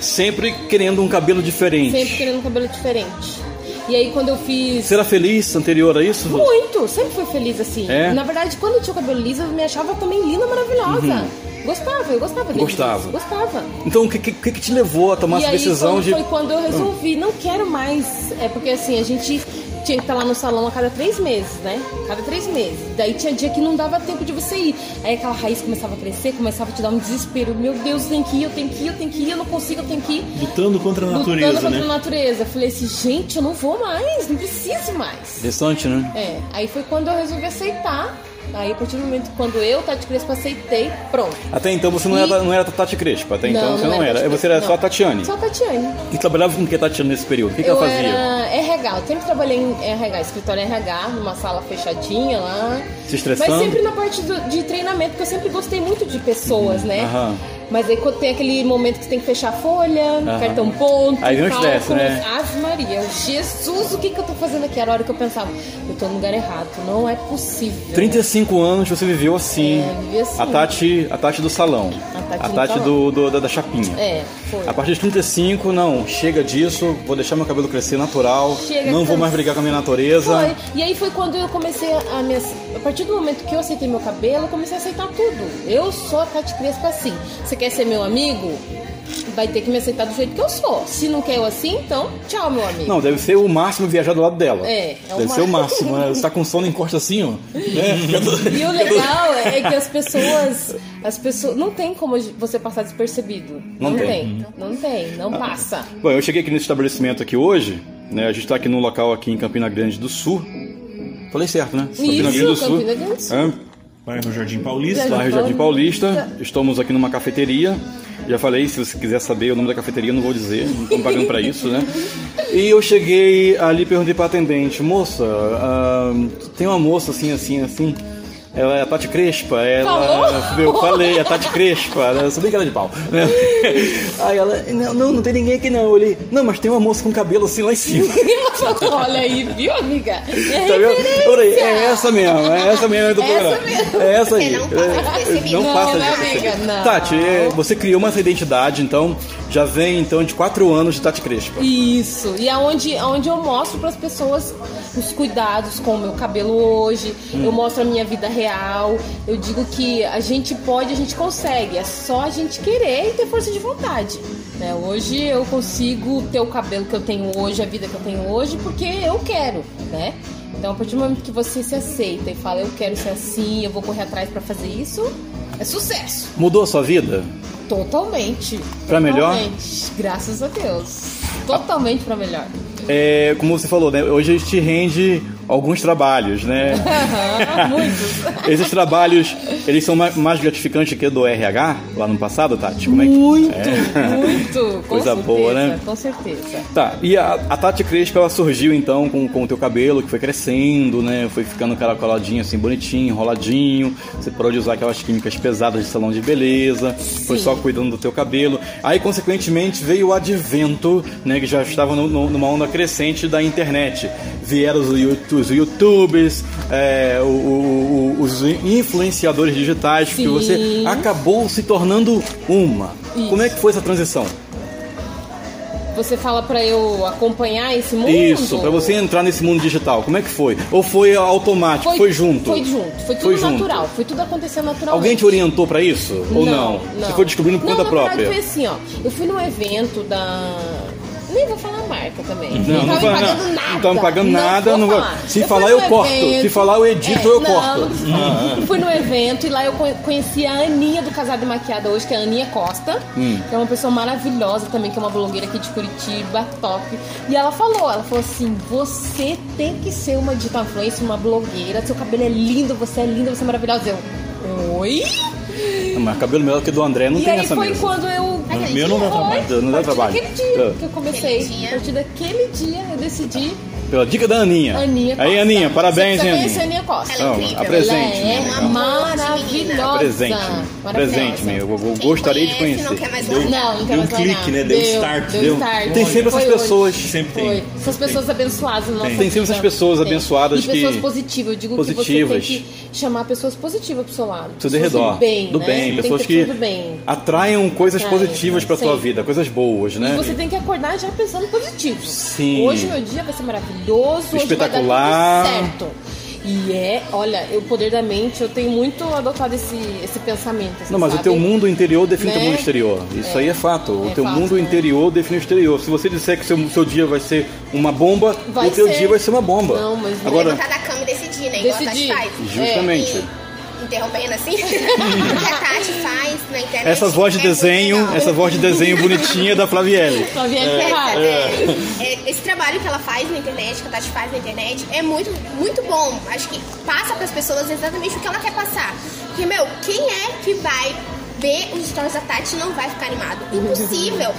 [SPEAKER 1] sempre querendo um cabelo diferente.
[SPEAKER 2] Sempre querendo um cabelo diferente. E aí quando eu fiz.
[SPEAKER 1] Será feliz anterior a isso?
[SPEAKER 2] Muito, sempre fui feliz assim.
[SPEAKER 1] É?
[SPEAKER 2] Na verdade, quando eu tinha o cabelo liso, eu me achava também linda, maravilhosa. Gostava, eu gostava dele.
[SPEAKER 1] Uhum. Gostava.
[SPEAKER 2] Gostava.
[SPEAKER 1] Então, o que, que, que te levou a tomar
[SPEAKER 2] e
[SPEAKER 1] essa
[SPEAKER 2] aí
[SPEAKER 1] decisão
[SPEAKER 2] quando
[SPEAKER 1] de. Ah.
[SPEAKER 2] foi quando eu resolvi, não quero mais. É porque assim, a gente tinha que estar lá no salão a cada três meses, né? Cada três meses. Daí tinha dia que não dava tempo de você ir. Aí aquela raiz começava a crescer, começava a te dar um desespero. Meu Deus, eu tenho que ir, eu tenho que ir, eu tenho que ir, eu não consigo, eu tenho que ir.
[SPEAKER 3] Lutando contra a natureza,
[SPEAKER 2] Lutando contra
[SPEAKER 3] né?
[SPEAKER 2] a natureza. Eu falei assim, gente, eu não vou mais, não preciso mais.
[SPEAKER 1] Interessante, né?
[SPEAKER 2] É, aí foi quando eu resolvi aceitar. Aí a partir do momento quando eu, Tati Crespo, aceitei, pronto.
[SPEAKER 1] Até então você não
[SPEAKER 2] E-
[SPEAKER 1] era, não era Tati Crespo, até então você não era.
[SPEAKER 2] Tati
[SPEAKER 1] Você era
[SPEAKER 2] Crespo,
[SPEAKER 1] só
[SPEAKER 2] não.
[SPEAKER 1] Tatiane.
[SPEAKER 2] Só Tatiane.
[SPEAKER 1] E trabalhava com o que Tatiane nesse período? O que, que
[SPEAKER 2] eu
[SPEAKER 1] ela fazia?
[SPEAKER 2] era RH, eu sempre trabalhei em RH, escritório RH, numa sala fechadinha lá.
[SPEAKER 1] Se estressando?
[SPEAKER 2] Mas sempre na parte do- de treinamento, porque eu sempre gostei muito de pessoas, né?
[SPEAKER 1] aham.
[SPEAKER 2] Mas aí quando tem aquele momento que você tem que fechar a folha,
[SPEAKER 1] Aham.
[SPEAKER 2] cartão ponto,
[SPEAKER 1] Aí vem o estresse,
[SPEAKER 2] cálculos.
[SPEAKER 1] né?
[SPEAKER 2] Ave Maria, Jesus, o que, que eu tô fazendo aqui? Era a hora que eu pensava, eu tô no lugar errado, não é possível.
[SPEAKER 1] 35 anos você viveu assim.
[SPEAKER 2] É, vivi assim.
[SPEAKER 1] A Tati, a Tati do salão.
[SPEAKER 2] A Tati do
[SPEAKER 1] do, do- da, da chapinha.
[SPEAKER 2] É, foi.
[SPEAKER 1] A partir de 35, não, chega disso, vou deixar meu cabelo crescer natural,
[SPEAKER 2] Chega,
[SPEAKER 1] não vou
[SPEAKER 2] cansa.
[SPEAKER 1] mais brigar com a minha natureza.
[SPEAKER 2] Foi. E aí foi quando eu comecei a me ace- A partir do momento que eu aceitei meu cabelo, eu comecei a aceitar tudo. Eu sou a Tati Crespo assim. Você quer ser meu amigo? Vai ter que me aceitar do jeito que eu sou. Se não quer eu assim, então tchau, meu amigo.
[SPEAKER 1] Não, deve ser o máximo viajar do lado dela.
[SPEAKER 2] É, é o
[SPEAKER 1] Deve ser o
[SPEAKER 2] máximo.
[SPEAKER 1] máximo, né? Você tá com sono, encosta assim,
[SPEAKER 2] *laughs*
[SPEAKER 1] ó. né? Fica todo-
[SPEAKER 2] E o legal é que as pessoas. As pessoas. Não tem como você passar despercebido.
[SPEAKER 1] Não tem. Uhum.
[SPEAKER 2] Não tem. Não passa. *laughs*
[SPEAKER 1] Bom, eu cheguei aqui nesse estabelecimento aqui hoje, né? A gente tá aqui num local aqui em Campina Grande do Sul. Falei certo, né? Campina Grande do Sul.
[SPEAKER 2] Campina Grande do Sul.
[SPEAKER 1] É,
[SPEAKER 3] Bairro Jardim Paulista.
[SPEAKER 2] Jardim
[SPEAKER 1] bairro Jardim Paulista. Estamos aqui numa cafeteria. Já falei, se você quiser saber o nome da cafeteria, não vou dizer, não estamos pagando pra isso, né? E eu cheguei ali e perguntei pra atendente, moça, ah, tem uma moça assim, assim, assim. Ela é a Tati Crespa, ela. *laughs*
[SPEAKER 2] Falou?
[SPEAKER 1] Eu falei, é a Tati Crespa, né? eu sou bem cara de pau. né? *laughs* Aí ela, não, não, não tem ninguém aqui não. Eu olhei, não, mas tem uma moça com cabelo assim lá em cima.
[SPEAKER 2] Olha aí, viu, amiga? É
[SPEAKER 1] Tá vendo? Olha aí, é essa mesmo, é essa mesmo do
[SPEAKER 2] Essa
[SPEAKER 1] programa.
[SPEAKER 2] mesmo.
[SPEAKER 1] É essa aí.
[SPEAKER 4] Você não passa despercebido.
[SPEAKER 1] Não
[SPEAKER 2] Não,
[SPEAKER 1] passa
[SPEAKER 2] né,
[SPEAKER 1] despercebido.
[SPEAKER 2] amiga? Não.
[SPEAKER 1] Tati, é, você criou uma essa identidade, então já vem então de quatro anos de Tati Crespa.
[SPEAKER 2] Isso. E aonde aonde eu mostro para as pessoas os cuidados com o meu cabelo hoje,
[SPEAKER 1] Hum.
[SPEAKER 2] eu mostro a minha vida real. Eu digo que a gente pode, a gente consegue, é só a gente querer e ter força de vontade. né? Hoje eu consigo ter o cabelo que eu tenho hoje, a vida que eu tenho hoje, porque eu quero, né? Então, a partir do momento que você se aceita e fala, eu quero ser assim, eu vou correr atrás para fazer isso, é sucesso.
[SPEAKER 1] Mudou a sua vida?
[SPEAKER 2] Totalmente.
[SPEAKER 1] Pra melhor?
[SPEAKER 2] Totalmente. Graças a Deus. Totalmente pra melhor.
[SPEAKER 1] É, como você falou, né? Hoje a gente te rende alguns trabalhos, né?
[SPEAKER 2] Aham, Muitos.
[SPEAKER 1] Esses trabalhos, eles são ma- mais gratificantes que do RH lá no passado, Tati? Como é que...
[SPEAKER 2] Muito, muito. Com
[SPEAKER 1] Coisa
[SPEAKER 2] certeza,
[SPEAKER 1] boa, né?
[SPEAKER 2] Com certeza.
[SPEAKER 1] Tá, e a, a Tati Crespo, ela surgiu então com, com o teu cabelo que foi crescendo, né? Foi ficando caracoladinho, assim, bonitinho, enroladinho. Você parou de usar aquelas químicas pesadas de salão de beleza. Foi
[SPEAKER 2] Sim.
[SPEAKER 1] só cuidando do teu cabelo. Aí, consequentemente, veio o advento, né? Que já estava no- no- numa onda crescente da internet. Vieram os, Youtu- os youtubers, é, o- o- o- os influenciadores digitais, que
[SPEAKER 2] Sim.
[SPEAKER 1] você acabou se tornando uma.
[SPEAKER 2] Isso.
[SPEAKER 1] Como é que foi essa transição?
[SPEAKER 2] Você fala pra eu acompanhar esse mundo?
[SPEAKER 1] Isso, pra você entrar nesse mundo digital, como é que foi? Ou foi automático, foi, junto?
[SPEAKER 2] Foi junto. Foi tudo
[SPEAKER 1] Foi junto.
[SPEAKER 2] natural. Foi tudo acontecendo naturalmente.
[SPEAKER 1] Alguém te orientou pra isso? Ou não? Você foi descobrindo por
[SPEAKER 2] não,
[SPEAKER 1] conta
[SPEAKER 2] na
[SPEAKER 1] própria?
[SPEAKER 2] Verdade, foi assim, ó. Eu fui num evento da. Nem vou falar a marca também.
[SPEAKER 1] Não, não
[SPEAKER 2] tava
[SPEAKER 1] fala
[SPEAKER 2] me pagando
[SPEAKER 1] nada.
[SPEAKER 2] nada.
[SPEAKER 1] Não tava me pagando nada,
[SPEAKER 2] vou
[SPEAKER 1] não vou-
[SPEAKER 2] falar.
[SPEAKER 1] se
[SPEAKER 2] fui
[SPEAKER 1] falar,
[SPEAKER 2] num É,
[SPEAKER 1] eu corto. Se falar, eu edito, eu
[SPEAKER 2] não,
[SPEAKER 1] corto.
[SPEAKER 2] não precisa falar. Fui no evento e lá eu co- conheci a Aninha do Casado e Maquiada hoje, que é a Aninha Costa,
[SPEAKER 1] Hum.
[SPEAKER 2] que é uma pessoa maravilhosa também, que é uma blogueira aqui de Curitiba, top. E ela falou, ela falou assim: você tem que ser uma digital influencer, uma blogueira, seu cabelo é lindo, você é linda, você é maravilhosa. Eu, oi?
[SPEAKER 1] Ah, Mas cabelo melhor que o do André não
[SPEAKER 2] e
[SPEAKER 1] tem
[SPEAKER 2] aí
[SPEAKER 1] essa
[SPEAKER 2] foi
[SPEAKER 1] mesmo.
[SPEAKER 2] quando eu.
[SPEAKER 1] Aquele meu não dá
[SPEAKER 2] Foi,
[SPEAKER 1] trabalho, não dá
[SPEAKER 2] a partir
[SPEAKER 1] trabalho.
[SPEAKER 2] daquele dia
[SPEAKER 1] Ah.
[SPEAKER 2] que eu comecei.
[SPEAKER 4] Aquele dia.
[SPEAKER 2] A partir daquele dia eu decidi
[SPEAKER 1] Pela dica da Aninha.
[SPEAKER 2] Aninha Costa.
[SPEAKER 1] É. Aí, Aninha, parabéns,
[SPEAKER 2] Você
[SPEAKER 1] hein,
[SPEAKER 2] precisa conhecer a
[SPEAKER 1] Aninha.
[SPEAKER 2] Aninha Costa.
[SPEAKER 4] Ela é
[SPEAKER 1] Não,
[SPEAKER 4] incrível.
[SPEAKER 1] apresente,
[SPEAKER 2] Ela é
[SPEAKER 1] minha.
[SPEAKER 4] uma
[SPEAKER 2] maravilhosa.
[SPEAKER 1] Presente,
[SPEAKER 2] Maravilhosa.
[SPEAKER 1] presente, meu. Eu, eu
[SPEAKER 4] Quem
[SPEAKER 1] gostaria de
[SPEAKER 4] conhece,
[SPEAKER 1] conhecer.
[SPEAKER 4] Não quer mais
[SPEAKER 3] Deu-
[SPEAKER 4] largar.
[SPEAKER 2] então, Não, não
[SPEAKER 3] Deu
[SPEAKER 2] quero
[SPEAKER 3] um
[SPEAKER 2] mais largar.
[SPEAKER 3] clique, né? Deu start,
[SPEAKER 2] Deu, um
[SPEAKER 3] deu.
[SPEAKER 2] start.
[SPEAKER 1] Tem sempre
[SPEAKER 2] Foi
[SPEAKER 1] essas
[SPEAKER 2] hoje.
[SPEAKER 1] pessoas.
[SPEAKER 3] Sempre tem.
[SPEAKER 2] Foi. Essas
[SPEAKER 3] Tem.
[SPEAKER 2] pessoas abençoadas na nossa
[SPEAKER 3] Tem.
[SPEAKER 1] Tem sempre essas
[SPEAKER 2] vida.
[SPEAKER 1] pessoas abençoadas
[SPEAKER 2] e pessoas
[SPEAKER 1] que-
[SPEAKER 2] positivas. Eu digo
[SPEAKER 1] Positivas.
[SPEAKER 2] que você tem que chamar pessoas positivas pro seu lado.
[SPEAKER 1] Seu de
[SPEAKER 2] Pessoas
[SPEAKER 1] redor.
[SPEAKER 2] Do bem,
[SPEAKER 1] do
[SPEAKER 2] né?
[SPEAKER 1] bem.
[SPEAKER 2] Tem
[SPEAKER 1] Pessoas
[SPEAKER 2] ter
[SPEAKER 1] que
[SPEAKER 2] pessoas do bem.
[SPEAKER 1] atraiam coisas
[SPEAKER 2] Atraem,
[SPEAKER 1] positivas pra sua
[SPEAKER 2] sempre.
[SPEAKER 1] vida, coisas boas, né?
[SPEAKER 2] E você tem que acordar já pensando positivo.
[SPEAKER 1] Sim.
[SPEAKER 2] Hoje meu dia vai ser maravilhoso,
[SPEAKER 1] Espetacular.
[SPEAKER 2] hoje vai dar tudo certo. E é, olha, o poder da mente, eu tenho muito adotado esse, esse pensamento. assim,
[SPEAKER 1] Não, mas
[SPEAKER 2] sabe?
[SPEAKER 1] o teu mundo interior define o teu
[SPEAKER 2] Né?
[SPEAKER 1] mundo exterior. Isso aí é fato. O
[SPEAKER 2] É
[SPEAKER 1] teu
[SPEAKER 2] fato,
[SPEAKER 1] mundo
[SPEAKER 2] né?
[SPEAKER 1] interior define o exterior. Se você disser que o seu, seu dia vai ser uma bomba,
[SPEAKER 2] Vai
[SPEAKER 1] o teu
[SPEAKER 2] ser.
[SPEAKER 1] dia vai ser uma bomba.
[SPEAKER 2] Não, mas não
[SPEAKER 1] Agora,
[SPEAKER 4] Levantar da cama e decidir, né? Igual
[SPEAKER 2] Decidir.
[SPEAKER 4] a Tati faz.
[SPEAKER 1] Justamente.
[SPEAKER 2] É,
[SPEAKER 4] E-
[SPEAKER 1] *laughs*
[SPEAKER 4] Interrompendo assim. *laughs* o que a Tati faz na internet.
[SPEAKER 1] essa voz de
[SPEAKER 4] é muito
[SPEAKER 1] desenho,
[SPEAKER 4] legal.
[SPEAKER 1] essa voz de desenho bonitinha da Flavielle.
[SPEAKER 2] Só vier
[SPEAKER 4] É,
[SPEAKER 2] ferrado.
[SPEAKER 4] é, é, esse trabalho que ela faz na internet, que a Tati faz na internet, é muito, muito bom. Acho que passa pras pessoas exatamente o que ela quer passar. Porque, meu, quem é que vai ver os stories da Tati e não vai ficar animado? Impossível.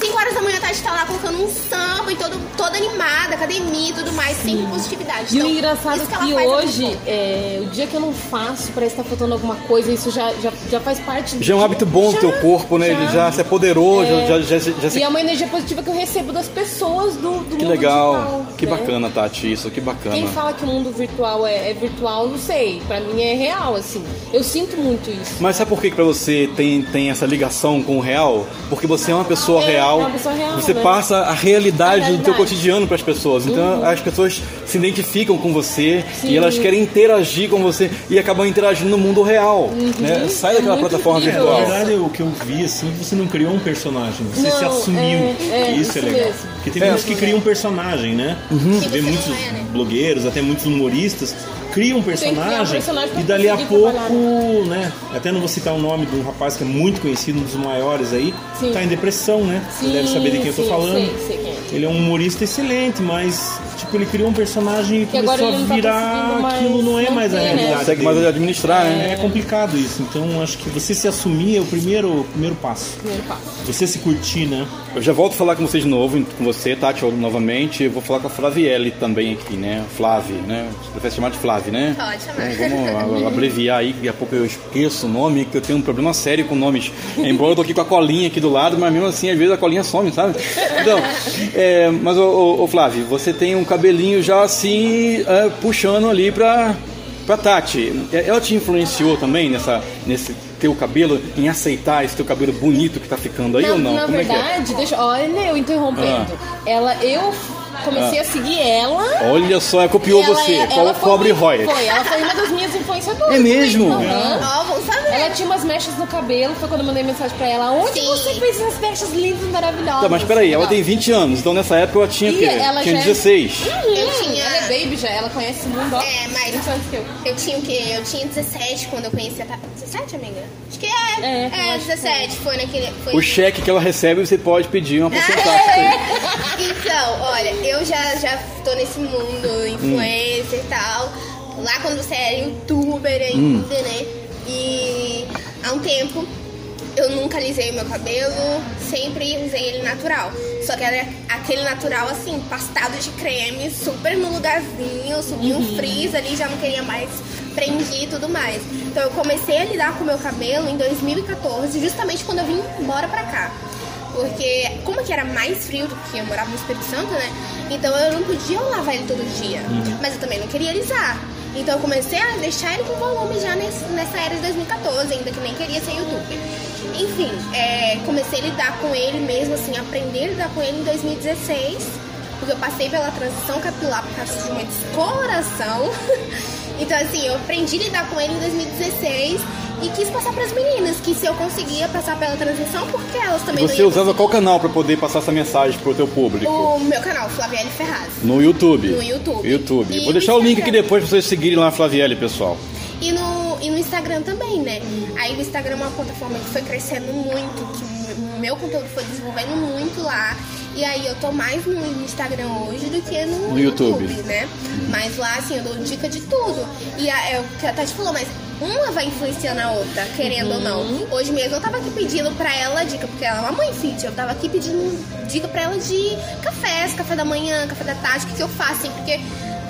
[SPEAKER 4] 5 horas da manhã a Tati tá lá colocando um samba e todo, toda animada, academia e tudo mais, sempre positividade.
[SPEAKER 2] E o
[SPEAKER 4] Então,
[SPEAKER 2] engraçado é
[SPEAKER 4] isso ela
[SPEAKER 2] que
[SPEAKER 4] faz é muito
[SPEAKER 2] hoje,
[SPEAKER 4] bom.
[SPEAKER 2] é, o dia que eu não faço, parece que tá faltando alguma coisa, isso já, já, já faz parte do
[SPEAKER 1] Já é um
[SPEAKER 2] dia.
[SPEAKER 1] hábito bom do teu
[SPEAKER 2] Já,
[SPEAKER 1] corpo, né? Ele já se apoderou,
[SPEAKER 2] É.
[SPEAKER 1] já, já, já, já se
[SPEAKER 2] E é uma energia positiva que eu recebo das pessoas do, do
[SPEAKER 1] Que
[SPEAKER 2] mundo
[SPEAKER 1] legal,
[SPEAKER 2] digital,
[SPEAKER 1] que
[SPEAKER 2] né?
[SPEAKER 1] bacana, Tati, isso, que bacana.
[SPEAKER 2] Quem fala que o mundo virtual é, é virtual, não sei. Pra mim é real, assim. Eu sinto muito isso.
[SPEAKER 1] Mas sabe por que, que pra você tem, tem essa ligação com o real? Porque você é uma pessoa
[SPEAKER 2] É,
[SPEAKER 1] real.
[SPEAKER 2] é uma pessoa real,
[SPEAKER 1] você
[SPEAKER 2] né?
[SPEAKER 1] passa a realidade, do
[SPEAKER 2] A
[SPEAKER 1] teu
[SPEAKER 2] realidade. Uhum.
[SPEAKER 1] cotidiano pras pessoas. Então as pessoas se identificam com você
[SPEAKER 2] Sim.
[SPEAKER 1] e elas querem interagir com você e acabam interagindo no mundo real. né? Sai
[SPEAKER 2] É
[SPEAKER 1] daquela
[SPEAKER 2] muito
[SPEAKER 1] plataforma
[SPEAKER 2] incrível
[SPEAKER 3] Na
[SPEAKER 1] virtual.
[SPEAKER 2] isso.
[SPEAKER 3] verdade, o que eu vi, assim, que você não criou um personagem, você
[SPEAKER 2] Não,
[SPEAKER 3] se assumiu.
[SPEAKER 2] é, é,
[SPEAKER 3] isso,
[SPEAKER 2] isso
[SPEAKER 3] é legal.
[SPEAKER 2] mesmo.
[SPEAKER 3] Porque tem
[SPEAKER 1] É.
[SPEAKER 3] muitos que criam um personagem, né? Você vê
[SPEAKER 4] Que você
[SPEAKER 3] muitos
[SPEAKER 4] não é, né?
[SPEAKER 3] blogueiros, até muitos humoristas, criam um
[SPEAKER 2] que criar um
[SPEAKER 3] personagem,
[SPEAKER 2] personagem pra
[SPEAKER 3] e dali a
[SPEAKER 2] conseguir
[SPEAKER 3] pouco,
[SPEAKER 2] trabalhar.
[SPEAKER 3] né? Até não vou citar o nome de um rapaz que é muito conhecido, um dos maiores aí,
[SPEAKER 2] Sim.
[SPEAKER 3] tá em depressão, né? você
[SPEAKER 2] Sim,
[SPEAKER 3] deve saber de quem eu
[SPEAKER 2] sim,
[SPEAKER 3] tô falando.
[SPEAKER 2] sei, sei quem é.
[SPEAKER 3] Ele é um humorista excelente, mas, tipo, ele criou um personagem e
[SPEAKER 2] agora
[SPEAKER 3] começou
[SPEAKER 2] ele
[SPEAKER 3] a
[SPEAKER 2] não tá
[SPEAKER 3] virar
[SPEAKER 2] conseguindo mais
[SPEAKER 3] aquilo, não é mais
[SPEAKER 2] manter,
[SPEAKER 3] a
[SPEAKER 2] né?
[SPEAKER 3] realidade.
[SPEAKER 1] Consegue
[SPEAKER 3] dele.
[SPEAKER 1] mais administrar, né?
[SPEAKER 3] É complicado isso, então acho que você se assumir é o primeiro, o primeiro passo.
[SPEAKER 2] Primeiro passo.
[SPEAKER 3] Você se curtir, né?
[SPEAKER 1] Eu já volto a falar com vocês de novo, com você, Tati, ou novamente. Eu vou falar com a Flavielle também aqui, né? Flávio, né? Você prefere chamar de Flávio, né?
[SPEAKER 4] Pode chamar.
[SPEAKER 1] Então, vamos a- abreviar aí, daqui a pouco eu esqueço o nome, que eu tenho um problema sério com nomes. Embora eu tô aqui com a colinha aqui do lado, mas mesmo assim, às vezes a colinha some, sabe? Então, é, mas, ô, ô, ô, Flávio, você tem um cabelinho já assim, é, puxando ali pra, pra Tati. É, Ela te influenciou também nessa, nesse teu cabelo, em aceitar esse teu cabelo bonito que tá ficando aí
[SPEAKER 2] na,
[SPEAKER 1] ou não?
[SPEAKER 2] na
[SPEAKER 1] Como é Ah. que é?
[SPEAKER 2] verdade, deixa. Olha, eu interrompendo. Ela, eu comecei a seguir ela.
[SPEAKER 1] Olha só, Ah. copiou
[SPEAKER 2] Ela
[SPEAKER 1] você,
[SPEAKER 2] é-
[SPEAKER 1] qual
[SPEAKER 2] ela
[SPEAKER 1] o
[SPEAKER 2] foi
[SPEAKER 1] pobre
[SPEAKER 2] uma-
[SPEAKER 1] Roy.
[SPEAKER 2] Foi, ela foi uma das minhas influenciadoras.
[SPEAKER 1] É mesmo? Ah.
[SPEAKER 2] também, aham.
[SPEAKER 4] Ó, vamos saber.
[SPEAKER 2] Ela tinha umas mechas no cabelo, foi quando eu mandei mensagem pra ela. Onde
[SPEAKER 4] Sim.
[SPEAKER 2] você fez essas mechas lindas e maravilhosas?
[SPEAKER 1] Tá, mas peraí, ela
[SPEAKER 2] Legal.
[SPEAKER 1] tem 20 anos, então nessa época ela tinha o
[SPEAKER 2] Ih,
[SPEAKER 1] quê?
[SPEAKER 2] ela
[SPEAKER 1] tinha
[SPEAKER 2] já é-
[SPEAKER 1] 16.
[SPEAKER 4] Eu
[SPEAKER 2] Hum,
[SPEAKER 4] tinha-
[SPEAKER 2] Ela é baby já, ela conhece o mundo. ó.
[SPEAKER 4] É, mas-
[SPEAKER 2] Muito antes que eu.
[SPEAKER 4] Eu tinha o quê? Eu tinha 17 quando eu conheci a Tati. 17, amiga? Acho que é.
[SPEAKER 2] É,
[SPEAKER 4] É,
[SPEAKER 2] eu acho que
[SPEAKER 4] 17. Foi naquele. Foi...
[SPEAKER 1] O cheque que ela recebe, você pode pedir uma porcentagem.
[SPEAKER 2] *laughs*
[SPEAKER 4] então, olha, eu já, já tô nesse mundo influencer e tal. Lá quando você era youtuber ainda, né? E há um tempo eu nunca alisei o meu cabelo, sempre usei ele natural. Só que era aquele natural assim, pastado de creme, super no lugarzinho, subi um frizz ali, já não queria mais prendi e tudo mais. Então eu comecei a lidar com o meu cabelo em 2014, justamente quando eu vim embora pra cá. Porque como que era mais frio do que eu morava no Espírito Santo, né? Então eu não podia lavar ele todo dia. Mas eu também não queria alisar. Então eu comecei a deixar ele com volume já nesse- nessa era de 2014, ainda que nem queria ser youtuber. Enfim, é, comecei a lidar com ele mesmo, assim, aprender a lidar com ele em 2016. Porque eu passei pela transição capilar por causa de uma descoloração. *laughs* Então, assim, eu aprendi a lidar com ele em 2016 e quis passar pras meninas que se eu conseguia passar pela transição, porque elas
[SPEAKER 1] E
[SPEAKER 4] também não
[SPEAKER 1] você
[SPEAKER 4] iam
[SPEAKER 1] usava
[SPEAKER 4] conseguir.
[SPEAKER 1] qual canal pra poder passar essa mensagem pro teu público?
[SPEAKER 4] O meu canal, Flaviane Ferraz.
[SPEAKER 1] No YouTube.
[SPEAKER 4] No YouTube.
[SPEAKER 1] YouTube.
[SPEAKER 4] E
[SPEAKER 1] Vou
[SPEAKER 4] no
[SPEAKER 1] deixar o link aqui
[SPEAKER 4] Instagram.
[SPEAKER 1] depois pra vocês seguirem lá a Flavielle, pessoal.
[SPEAKER 4] E no, e no Instagram também, né? Aí o Instagram é uma plataforma que foi crescendo muito, que o meu conteúdo foi desenvolvendo muito lá. E aí eu tô mais no Instagram hoje do que no,
[SPEAKER 1] No YouTube.
[SPEAKER 4] né? Mas lá, assim, eu dou dica de tudo. E a- é o que a Tati falou, mas uma vai influenciando a outra, querendo ou não. Hoje mesmo eu tava aqui pedindo pra ela dica, porque ela é uma mãe fit, eu tava aqui pedindo dica pra ela de cafés, café da manhã, café da tarde, o que, que eu faço, assim, porque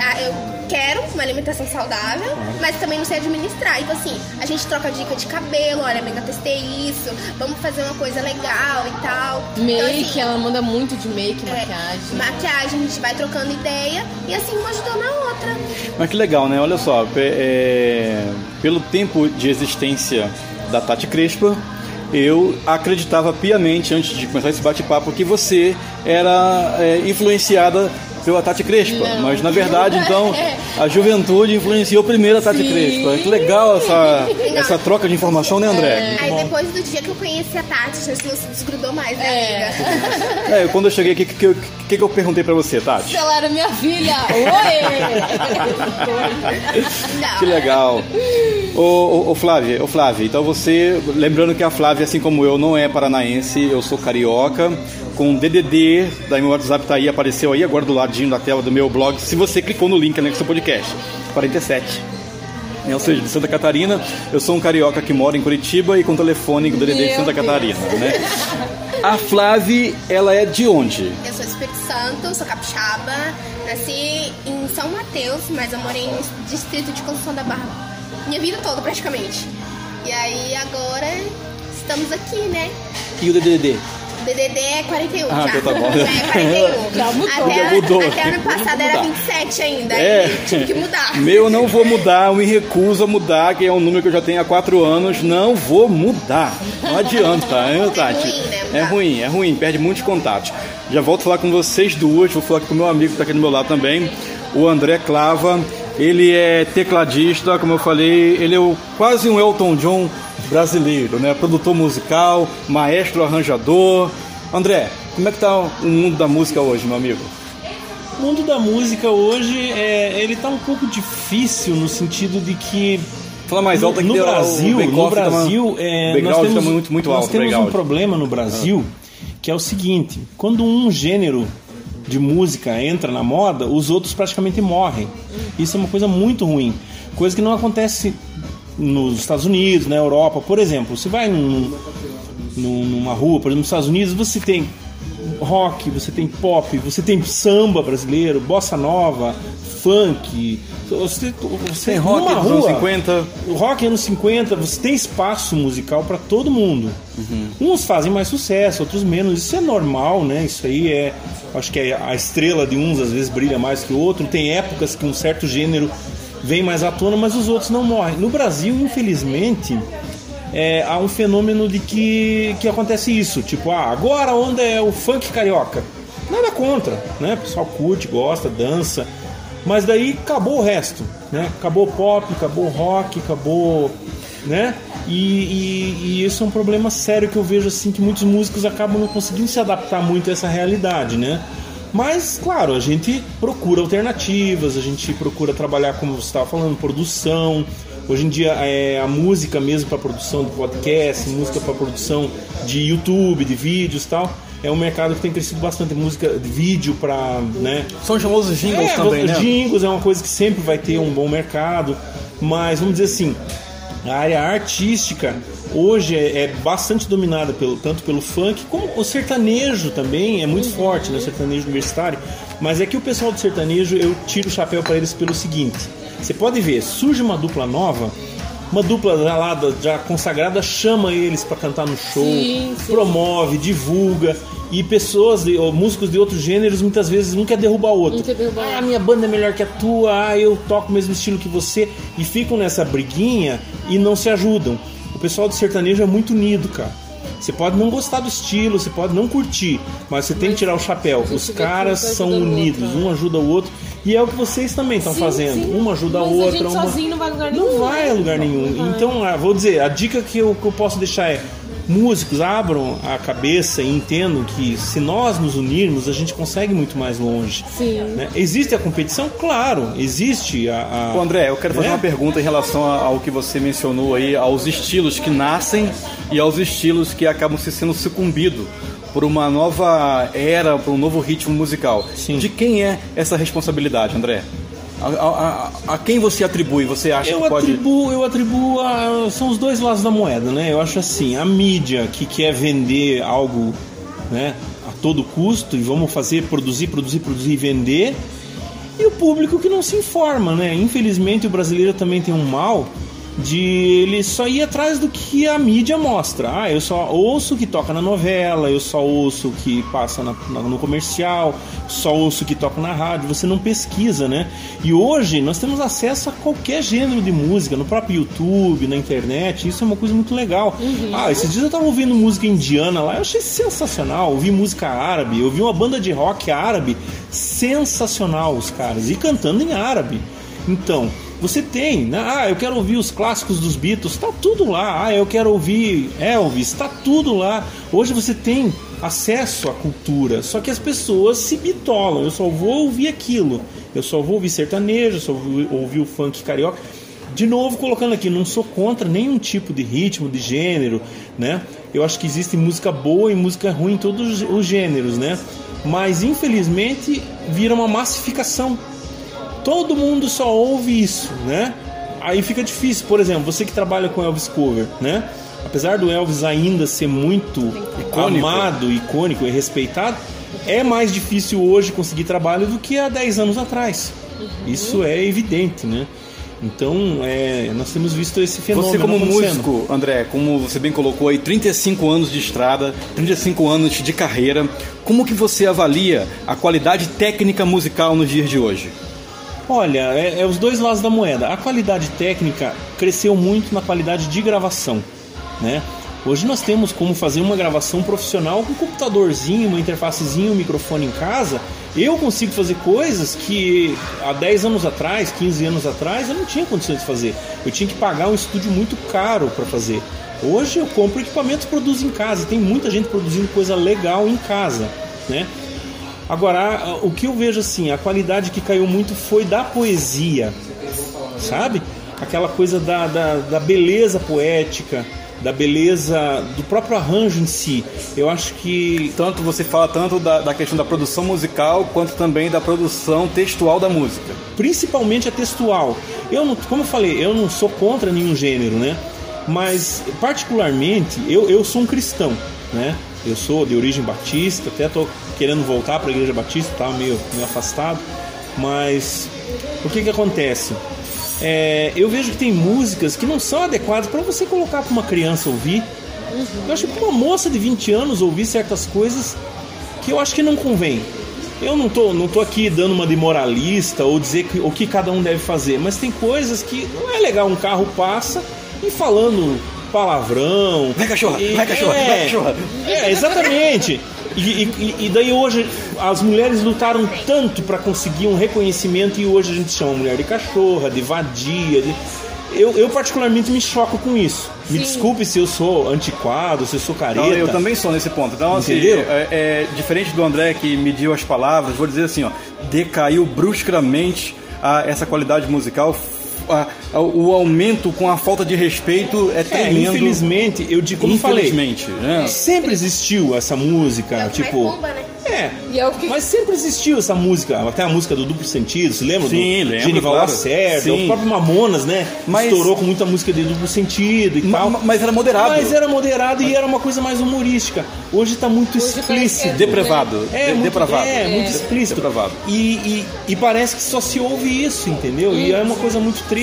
[SPEAKER 4] ah, eu quero uma alimentação saudável, mas também não sei administrar. Então assim, a gente troca dica de cabelo, olha, amiga, testei isso, vamos fazer uma coisa legal e tal. então,
[SPEAKER 2] Make,
[SPEAKER 4] assim,
[SPEAKER 2] ela manda muito de make,
[SPEAKER 4] é,
[SPEAKER 2] maquiagem.
[SPEAKER 4] maquiagem, a gente vai trocando ideia e assim uma ajudou na outra.
[SPEAKER 1] Mas que legal, né? Olha só, pe- é, pelo tempo de existência da Tati Crespa, eu acreditava piamente, antes de começar esse bate-papo, que você era é, influenciada pela Tati Crespa.
[SPEAKER 2] Não.
[SPEAKER 1] Mas, na verdade, então, a juventude influenciou primeiro a Tati
[SPEAKER 2] Sim.
[SPEAKER 1] Crespa. Que legal
[SPEAKER 2] *laughs*
[SPEAKER 1] essa, essa troca de informação, né,
[SPEAKER 2] É.
[SPEAKER 1] André?
[SPEAKER 4] Aí
[SPEAKER 3] bom.
[SPEAKER 4] depois do dia que eu conheci a Tati, a gente não se desgrudou mais, né,
[SPEAKER 1] *laughs*
[SPEAKER 2] É.
[SPEAKER 4] amiga?
[SPEAKER 1] É, quando eu cheguei aqui, o que, que, eu- que que eu perguntei pra você, Tati?
[SPEAKER 2] Cancelaram minha filha! *laughs* Oi!
[SPEAKER 4] Não.
[SPEAKER 1] Que legal. Ô, ô, ô Flávia, ô Flávia, então você, lembrando que a Flávia, assim como eu, não é paranaense, eu sou carioca, com o DDD, daí meu WhatsApp tá aí, apareceu aí agora do ladinho da tela do meu blog, se você clicou no link anexo ao podcast, 47. É, ou seja, de Santa Catarina, eu sou um carioca que mora em Curitiba e com telefone do DDD de
[SPEAKER 2] Meu
[SPEAKER 1] Santa
[SPEAKER 2] Deus.
[SPEAKER 1] Catarina, né? A Flávia, ela é de onde?
[SPEAKER 4] Eu sou do Espírito Santo, sou capixaba, nasci em São Mateus, mas eu morei no distrito de Construção da Barra minha vida toda praticamente. E aí agora estamos aqui, né?
[SPEAKER 1] E o DDD?
[SPEAKER 4] DDD é 41
[SPEAKER 1] Ah,
[SPEAKER 4] já.
[SPEAKER 1] então tá bom.
[SPEAKER 4] Já *laughs* é 41.
[SPEAKER 2] Já mudou.
[SPEAKER 1] *laughs* Já
[SPEAKER 4] Até,
[SPEAKER 1] mudou.
[SPEAKER 4] até ano
[SPEAKER 1] Tem que
[SPEAKER 4] passado era
[SPEAKER 1] mudar.
[SPEAKER 4] 27 ainda,
[SPEAKER 1] É.
[SPEAKER 4] aí tive que
[SPEAKER 1] *laughs*
[SPEAKER 4] mudar.
[SPEAKER 1] Meu, eu não vou mudar, eu me recuso a mudar, que é um número que eu já tenho há quatro anos. Não vou mudar. Não adianta, hein, Tati?
[SPEAKER 4] *laughs* É ruim, né, mudar?
[SPEAKER 1] É ruim, é ruim, perde muitos contatos. Já volto a falar com vocês duas, vou falar com o meu amigo que está aqui do meu lado também, o André Clava. Ele é tecladista, como eu falei, ele é o- quase um Elton John brasileiro, né? Produtor musical, maestro arranjador. André, como é que tá o mundo da música hoje, meu amigo?
[SPEAKER 3] O mundo da música hoje, é, ele tá um pouco difícil no sentido de que
[SPEAKER 1] Fala mais
[SPEAKER 3] no,
[SPEAKER 1] alto aqui
[SPEAKER 3] no
[SPEAKER 1] deu- o
[SPEAKER 3] Brasil, no
[SPEAKER 1] bake-off tá uma-
[SPEAKER 3] Brasil, é,
[SPEAKER 1] o background
[SPEAKER 3] nós temos,
[SPEAKER 1] tá muito, muito
[SPEAKER 3] nós
[SPEAKER 1] alto. o
[SPEAKER 3] temos um
[SPEAKER 1] background.
[SPEAKER 3] problema no Brasil que é o seguinte: quando um gênero de música entra na moda, os outros praticamente morrem. Isso é uma coisa muito ruim, coisa que não acontece nos Estados Unidos, na Europa, por exemplo. Você vai num- num- numa rua, por exemplo, nos Estados Unidos, você tem rock, você tem pop, você tem samba brasileiro, bossa nova, funk. Você, você
[SPEAKER 1] Tem rock
[SPEAKER 3] numa
[SPEAKER 1] dos anos
[SPEAKER 3] rua,
[SPEAKER 1] 50.
[SPEAKER 3] o rock anos 50, você tem espaço musical pra todo mundo. Uns fazem mais sucesso, outros menos. Isso é normal, né? Isso aí é. Acho que é a estrela de uns às vezes brilha mais que o outro. Tem épocas que um certo gênero vem mais à tona, mas os outros não morrem. No Brasil, infelizmente, é, há um fenômeno de que, que acontece isso. Tipo, ah, agora a onda é o funk carioca. Nada contra, né? O pessoal curte, gosta, dança. Mas daí acabou o resto, né? Acabou o pop, acabou o rock, acabou, né? E, e, e isso é um problema sério que eu vejo assim que muitos músicos acabam não conseguindo se adaptar muito a essa realidade, né? Mas claro, a gente procura alternativas, a gente procura trabalhar como você estava falando, produção. Hoje em dia é a música mesmo para produção de podcast, música para produção de YouTube, de vídeos, e tal. É um mercado que tem crescido bastante música de vídeo para, né?
[SPEAKER 1] São os famosos jingles
[SPEAKER 3] é,
[SPEAKER 1] também,
[SPEAKER 3] os
[SPEAKER 1] né?
[SPEAKER 3] jingles é uma coisa que sempre vai ter um bom mercado, mas vamos dizer assim, a área artística hoje é, é bastante dominada pelo, tanto pelo funk como o sertanejo também é muito forte, né? O sertanejo universitário. Mas é que o pessoal do sertanejo eu tiro o chapéu para eles pelo seguinte: você pode ver, surge uma dupla nova. Uma dupla já lá da- já consagrada chama eles para cantar no show,
[SPEAKER 2] Sim, sim.
[SPEAKER 3] promove, divulga. E pessoas, de- ou músicos de outros gêneros, muitas vezes um quer derrubar o outro.
[SPEAKER 2] Um quer derrubar o outro.
[SPEAKER 3] Ah, minha banda é melhor que a tua, ah, eu toco o mesmo estilo que você. E ficam nessa briguinha e não se ajudam. O pessoal do sertanejo é muito unido, cara. Você pode não gostar do estilo, você pode não curtir, mas você tem que tirar o chapéu.
[SPEAKER 2] gente
[SPEAKER 3] Os
[SPEAKER 2] vê que
[SPEAKER 3] caras
[SPEAKER 2] um tá
[SPEAKER 3] são
[SPEAKER 2] ajudando o
[SPEAKER 3] unidos,
[SPEAKER 2] outro, né?
[SPEAKER 3] um ajuda o outro. E é o que vocês também estão
[SPEAKER 2] Sim,
[SPEAKER 3] fazendo.
[SPEAKER 2] sim.
[SPEAKER 3] Uma ajuda a
[SPEAKER 2] Mas a
[SPEAKER 3] outra.
[SPEAKER 2] gente
[SPEAKER 3] uma-
[SPEAKER 2] sozinho não vai a lugar
[SPEAKER 3] Não
[SPEAKER 2] nenhum,
[SPEAKER 3] vai
[SPEAKER 2] né?
[SPEAKER 3] a lugar nenhum.
[SPEAKER 2] Não vai.
[SPEAKER 3] Então, ah, vou dizer, a dica que eu, que eu posso deixar é: músicos abram a cabeça e entendam que se nós nos unirmos, a gente consegue muito mais longe.
[SPEAKER 2] Sim.
[SPEAKER 3] né? Existe a competição? Claro, existe a. a-
[SPEAKER 1] Ô, André, eu quero fazer
[SPEAKER 3] né?
[SPEAKER 1] uma pergunta em relação a- ao que você mencionou aí, aos estilos que nascem e aos estilos que acabam se sendo sucumbido por uma nova era, por um novo ritmo musical.
[SPEAKER 3] Sim.
[SPEAKER 1] De quem é essa responsabilidade, André? A, a- a- a quem você atribui? Você acha
[SPEAKER 3] Eu
[SPEAKER 1] que pode.
[SPEAKER 3] atribuo, eu atribuo a- são os dois lados da moeda, né? Eu acho assim, a mídia que quer vender algo, né, a todo custo e vamos fazer produzir, produzir, produzir e vender, e o público que não se informa, né? Infelizmente o brasileiro também tem um mal de ele só ir atrás do que a mídia mostra. Ah, eu só ouço o que toca na novela, eu só ouço o que passa na- na- no comercial, só ouço o que toca na rádio. Você não pesquisa, né? E hoje nós temos acesso a qualquer gênero de música, no próprio YouTube, na internet. Isso é uma coisa muito legal. Ah, esses dias eu tava ouvindo música indiana lá, eu achei sensacional. Ouvi música árabe, eu vi uma banda de rock árabe sensacional, os caras, e cantando em árabe. Então, você tem, né? ah, eu quero ouvir os clássicos dos Beatles, tá tudo lá. Ah, eu quero ouvir Elvis, tá tudo lá. Hoje você tem acesso à cultura, só que as pessoas se bitolam. Eu só vou ouvir aquilo, eu só vou ouvir sertanejo, eu só vou ouvir o funk carioca. De novo, colocando aqui, não sou contra nenhum tipo de ritmo, de gênero, né? Eu acho que existe música boa e música ruim em todos os gêneros, né? Mas infelizmente vira uma massificação todo mundo só ouve isso, né? Aí fica difícil, por exemplo, você que trabalha com Elvis Cover, né? Apesar do Elvis ainda ser muito
[SPEAKER 1] Icônico.
[SPEAKER 3] amado, icônico e respeitado, é mais difícil hoje conseguir trabalho do que há 10 anos atrás.
[SPEAKER 1] Uhum.
[SPEAKER 3] Isso é evidente, né? Então, é, nós temos visto esse fenômeno
[SPEAKER 1] Você como
[SPEAKER 3] acontecendo.
[SPEAKER 1] músico, André, como você bem colocou aí, 35 anos de estrada, 35 anos de carreira, como que você avalia a qualidade técnica musical nos dias de hoje?
[SPEAKER 3] Olha, é, é os dois lados da moeda. A qualidade técnica cresceu muito na qualidade de gravação, né? Hoje nós temos como fazer uma gravação profissional com um computadorzinho, uma interfacezinha, um microfone em casa. Eu consigo fazer coisas que há 10 anos atrás, 15 anos atrás, eu não tinha condições de fazer. Eu tinha que pagar um estúdio muito caro para fazer. Hoje eu compro equipamento e produzo em casa. E tem muita gente produzindo coisa legal em casa, né? Agora, a- o que eu vejo assim, a qualidade que caiu muito foi da poesia, sabe? Aquela coisa da, da, da beleza poética, da beleza do próprio arranjo em si. Eu acho que
[SPEAKER 1] Tanto você fala tanto da, da questão da produção musical quanto também da produção textual da música.
[SPEAKER 3] principalmente a textual. Eu não, como eu falei, eu não sou contra nenhum gênero, né? Mas particularmente eu, eu sou um cristão, né? Eu sou de origem batista, até tô querendo voltar para a igreja batista, tá meio, meio afastado, mas o que que acontece? É, eu vejo que tem músicas que não são adequadas para você colocar para uma criança ouvir. Eu acho que pra uma moça de 20 anos ouvir certas coisas que eu acho que não convém. Eu não tô, não tô aqui dando uma de moralista ou dizer que- o que cada um deve fazer, mas tem coisas que não é legal. Um carro passa e falando palavrão.
[SPEAKER 1] Vai, cachorra, vai, cachorra,
[SPEAKER 3] é,
[SPEAKER 1] vai, cachorra.
[SPEAKER 3] É, exatamente. E, e- e- e daí hoje as mulheres lutaram tanto para conseguir um reconhecimento e hoje a gente chama a mulher de cachorra, de vadia. de- Eu, eu particularmente me choco com isso. Me
[SPEAKER 2] Sim.
[SPEAKER 3] desculpe se eu sou antiquado, se eu sou careta.
[SPEAKER 1] Então, eu também sou nesse ponto. Então, assim,
[SPEAKER 3] Entendeu?
[SPEAKER 1] é- é, diferente do André que mediu as palavras, vou dizer assim, ó, decaiu bruscamente a, essa qualidade musical. a- a- o aumento com a falta de respeito é
[SPEAKER 3] É,
[SPEAKER 1] tremendo.
[SPEAKER 3] infelizmente, eu digo, como eu falei,
[SPEAKER 1] infelizmente, né?
[SPEAKER 3] sempre existiu essa música,
[SPEAKER 4] É o que mais
[SPEAKER 3] tipo.
[SPEAKER 4] bomba, né?
[SPEAKER 3] É.
[SPEAKER 2] E é o que-
[SPEAKER 3] Mas sempre existiu essa música, até a música do duplo sentido, se lembra?
[SPEAKER 1] Sim,
[SPEAKER 3] do
[SPEAKER 1] lembro,
[SPEAKER 3] Genival
[SPEAKER 1] claro.
[SPEAKER 3] Lacerda,
[SPEAKER 1] Sim.
[SPEAKER 3] o próprio Mamonas, né?
[SPEAKER 1] Mas-
[SPEAKER 3] Estourou com muita música de duplo sentido e
[SPEAKER 1] Ma-
[SPEAKER 3] tal.
[SPEAKER 1] ma- mas era moderado.
[SPEAKER 3] Mas era moderado e era uma coisa mais humorística. Hoje tá muito
[SPEAKER 2] Hoje parece que é
[SPEAKER 3] explícito.
[SPEAKER 1] Depravado.
[SPEAKER 3] É,
[SPEAKER 1] de-
[SPEAKER 3] muito,
[SPEAKER 1] depravado.
[SPEAKER 3] é, muito explícito.
[SPEAKER 1] Depravado.
[SPEAKER 3] E, e- e parece que só se ouve isso, entendeu? E é uma coisa muito triste.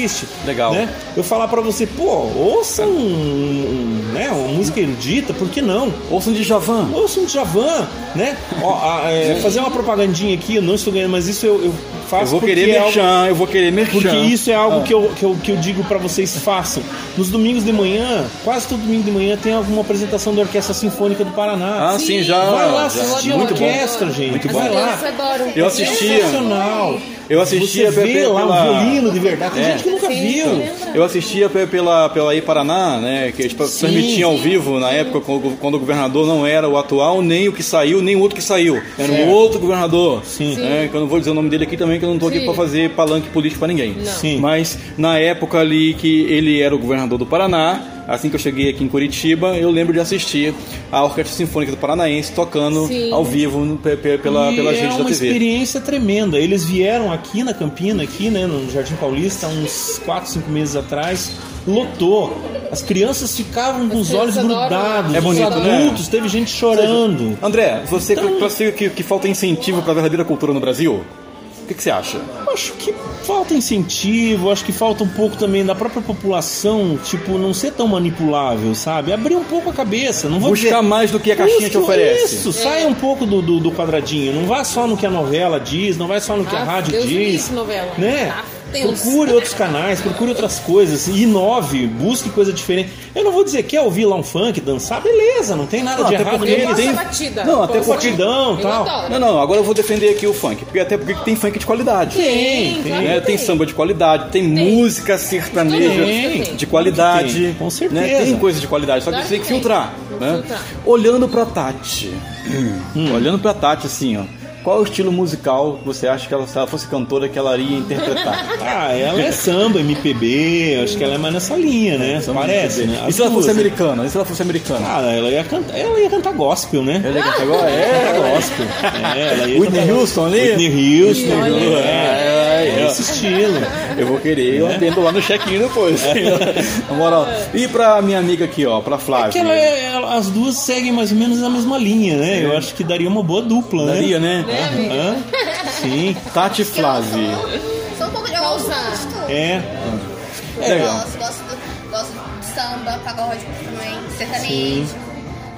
[SPEAKER 1] Legal.
[SPEAKER 3] né? Eu falar pra você, pô, ouça um, um, né, uma música erudita, por que não?
[SPEAKER 1] Ouçam de Javan.
[SPEAKER 3] Ouça um Javan, né? Ó, a- é, fazer uma propagandinha aqui, eu não estou ganhando, mas isso eu, eu faço
[SPEAKER 1] Eu vou
[SPEAKER 3] porque
[SPEAKER 1] querer Ah.
[SPEAKER 3] é algo-
[SPEAKER 1] merchan, eu vou querer merchan.
[SPEAKER 3] porque isso é algo que, eu, que, eu, que eu digo pra vocês façam. Nos domingos de manhã, quase todo domingo de manhã, tem alguma apresentação da Orquestra Sinfônica do Paraná.
[SPEAKER 1] Ah, sim, já.
[SPEAKER 3] Vai lá
[SPEAKER 1] já-
[SPEAKER 3] assistir a
[SPEAKER 1] muito bom.
[SPEAKER 3] orquestra, gente.
[SPEAKER 1] Muito
[SPEAKER 3] vai
[SPEAKER 1] bom.
[SPEAKER 3] lá.
[SPEAKER 2] Adoram.
[SPEAKER 1] Eu assistia.
[SPEAKER 3] Sensacional.
[SPEAKER 1] Eu assistia
[SPEAKER 3] Você vê
[SPEAKER 1] pe-
[SPEAKER 3] lá
[SPEAKER 1] pela-
[SPEAKER 3] o violino de verdade. Tem
[SPEAKER 1] É.
[SPEAKER 3] gente que nunca viu.
[SPEAKER 1] Eu assistia pe- pela, pela aí Paraná, né? Que eles transmitiam ao vivo na época, quando o governador não era o atual, nem o que saiu, nem o outro que saiu. saiu. Era um
[SPEAKER 3] Certo.
[SPEAKER 1] outro governador.
[SPEAKER 3] Sim.
[SPEAKER 1] né, que eu não vou dizer o nome dele aqui também, que eu não tô aqui
[SPEAKER 2] Sim.
[SPEAKER 1] pra fazer palanque político pra ninguém.
[SPEAKER 2] Não.
[SPEAKER 3] Sim.
[SPEAKER 1] Mas na época ali que ele era o governador do Paraná, assim que eu cheguei aqui em Curitiba, eu lembro de assistir a Orquestra Sinfônica do Paranaense tocando
[SPEAKER 2] Sim.
[SPEAKER 1] ao vivo no- pe- pe- pela,
[SPEAKER 3] E
[SPEAKER 1] pela
[SPEAKER 3] é
[SPEAKER 1] gente
[SPEAKER 3] uma
[SPEAKER 1] da TV.
[SPEAKER 3] experiência tremenda. Eles vieram aqui na Campina, aqui, né, no Jardim Paulista, há uns 4, 5 meses atrás. Lotou. As crianças ficavam com os olhos
[SPEAKER 2] crianças adoram,
[SPEAKER 3] grudados.
[SPEAKER 2] né? É
[SPEAKER 1] bonito,
[SPEAKER 3] os
[SPEAKER 1] né?
[SPEAKER 3] adultos, teve gente chorando.
[SPEAKER 1] André, você classifica que, que falta incentivo pra verdadeira cultura no Brasil? O que, que você acha?
[SPEAKER 3] Acho que falta incentivo, acho que falta um pouco também da própria população, tipo, não ser tão manipulável, sabe? Abrir um pouco a cabeça, não vou dizer-
[SPEAKER 1] Buscar mais do que a caixinha te
[SPEAKER 3] Busque
[SPEAKER 1] oferece.
[SPEAKER 3] Isso, saia um pouco do, do, do quadradinho. Não vá só no que a novela diz, não vai só no que a
[SPEAKER 2] Ah,
[SPEAKER 3] rádio
[SPEAKER 2] Deus me
[SPEAKER 3] diz.
[SPEAKER 2] livre, novela.
[SPEAKER 3] Né?
[SPEAKER 1] Tá,
[SPEAKER 2] Ah, Deus.
[SPEAKER 3] procure outros canais, procure outras coisas, inove, busque coisa diferente. Eu não vou dizer quer ouvir lá um funk, dançar, beleza, não tem nada
[SPEAKER 1] Não,
[SPEAKER 3] de
[SPEAKER 1] até
[SPEAKER 3] errado
[SPEAKER 1] porque
[SPEAKER 2] Eu
[SPEAKER 3] nisso.
[SPEAKER 2] gosto
[SPEAKER 1] tem-
[SPEAKER 2] da batida.
[SPEAKER 1] Não, até
[SPEAKER 2] Eu
[SPEAKER 1] porque-
[SPEAKER 2] gosto.
[SPEAKER 3] Batidão,
[SPEAKER 2] Eu
[SPEAKER 3] tal.
[SPEAKER 2] adoro.
[SPEAKER 1] Não, não, agora eu vou defender aqui o funk, porque até porque tem funk de qualidade.
[SPEAKER 3] Tem, É,
[SPEAKER 2] Tem,
[SPEAKER 3] tem.
[SPEAKER 1] né? Tem samba de qualidade, tem, música sertaneja
[SPEAKER 2] Tem.
[SPEAKER 1] de qualidade.
[SPEAKER 3] Tem, com certeza.
[SPEAKER 1] né? Tem coisa de qualidade, só que
[SPEAKER 2] Claro
[SPEAKER 1] você tem que
[SPEAKER 2] que
[SPEAKER 1] filtrar.
[SPEAKER 2] tem.
[SPEAKER 1] né?
[SPEAKER 2] Filtrar.
[SPEAKER 1] Olhando pra Tati,
[SPEAKER 3] Hum.
[SPEAKER 1] Hum. olhando pra Tati assim, ó. Qual é o estilo musical que você acha que ela, se ela fosse cantora, que ela iria
[SPEAKER 3] *laughs*
[SPEAKER 1] interpretar?
[SPEAKER 3] Ah, ela é samba, MPB, acho que ela é mais nessa linha, né? Parece, né?
[SPEAKER 1] E
[SPEAKER 3] As
[SPEAKER 1] se ela fosse
[SPEAKER 3] duas, né?
[SPEAKER 1] americana? E se ela fosse americana?
[SPEAKER 3] Ah, ela ia cantar, ela ia cantar gospel, né?
[SPEAKER 1] Ela ia cantar agora? É, gospel.
[SPEAKER 3] É, ela ia
[SPEAKER 1] Whitney
[SPEAKER 3] cantar-
[SPEAKER 1] Houston ali?
[SPEAKER 3] Whitney Houston,
[SPEAKER 2] Ih, olha.
[SPEAKER 3] é,
[SPEAKER 1] *laughs*
[SPEAKER 3] é, esse estilo.
[SPEAKER 1] Eu vou querer, eu atendo lá no check-in depois. *laughs* Na moral. E pra minha amiga aqui, ó, pra Flávia.
[SPEAKER 3] É que ela é- ela- as duas seguem mais ou menos a mesma linha, né? Eu acho que daria uma boa dupla,
[SPEAKER 1] É. Daria,
[SPEAKER 3] né?
[SPEAKER 1] né?
[SPEAKER 3] Hã? Sim,
[SPEAKER 1] Tati
[SPEAKER 4] Porque eu sou-
[SPEAKER 1] Flávia.
[SPEAKER 4] Sou um pouco de
[SPEAKER 2] Causa.
[SPEAKER 3] é.
[SPEAKER 1] Legal.
[SPEAKER 4] Gosto, gosto, do- gosto de samba, pagode também, sertanejo.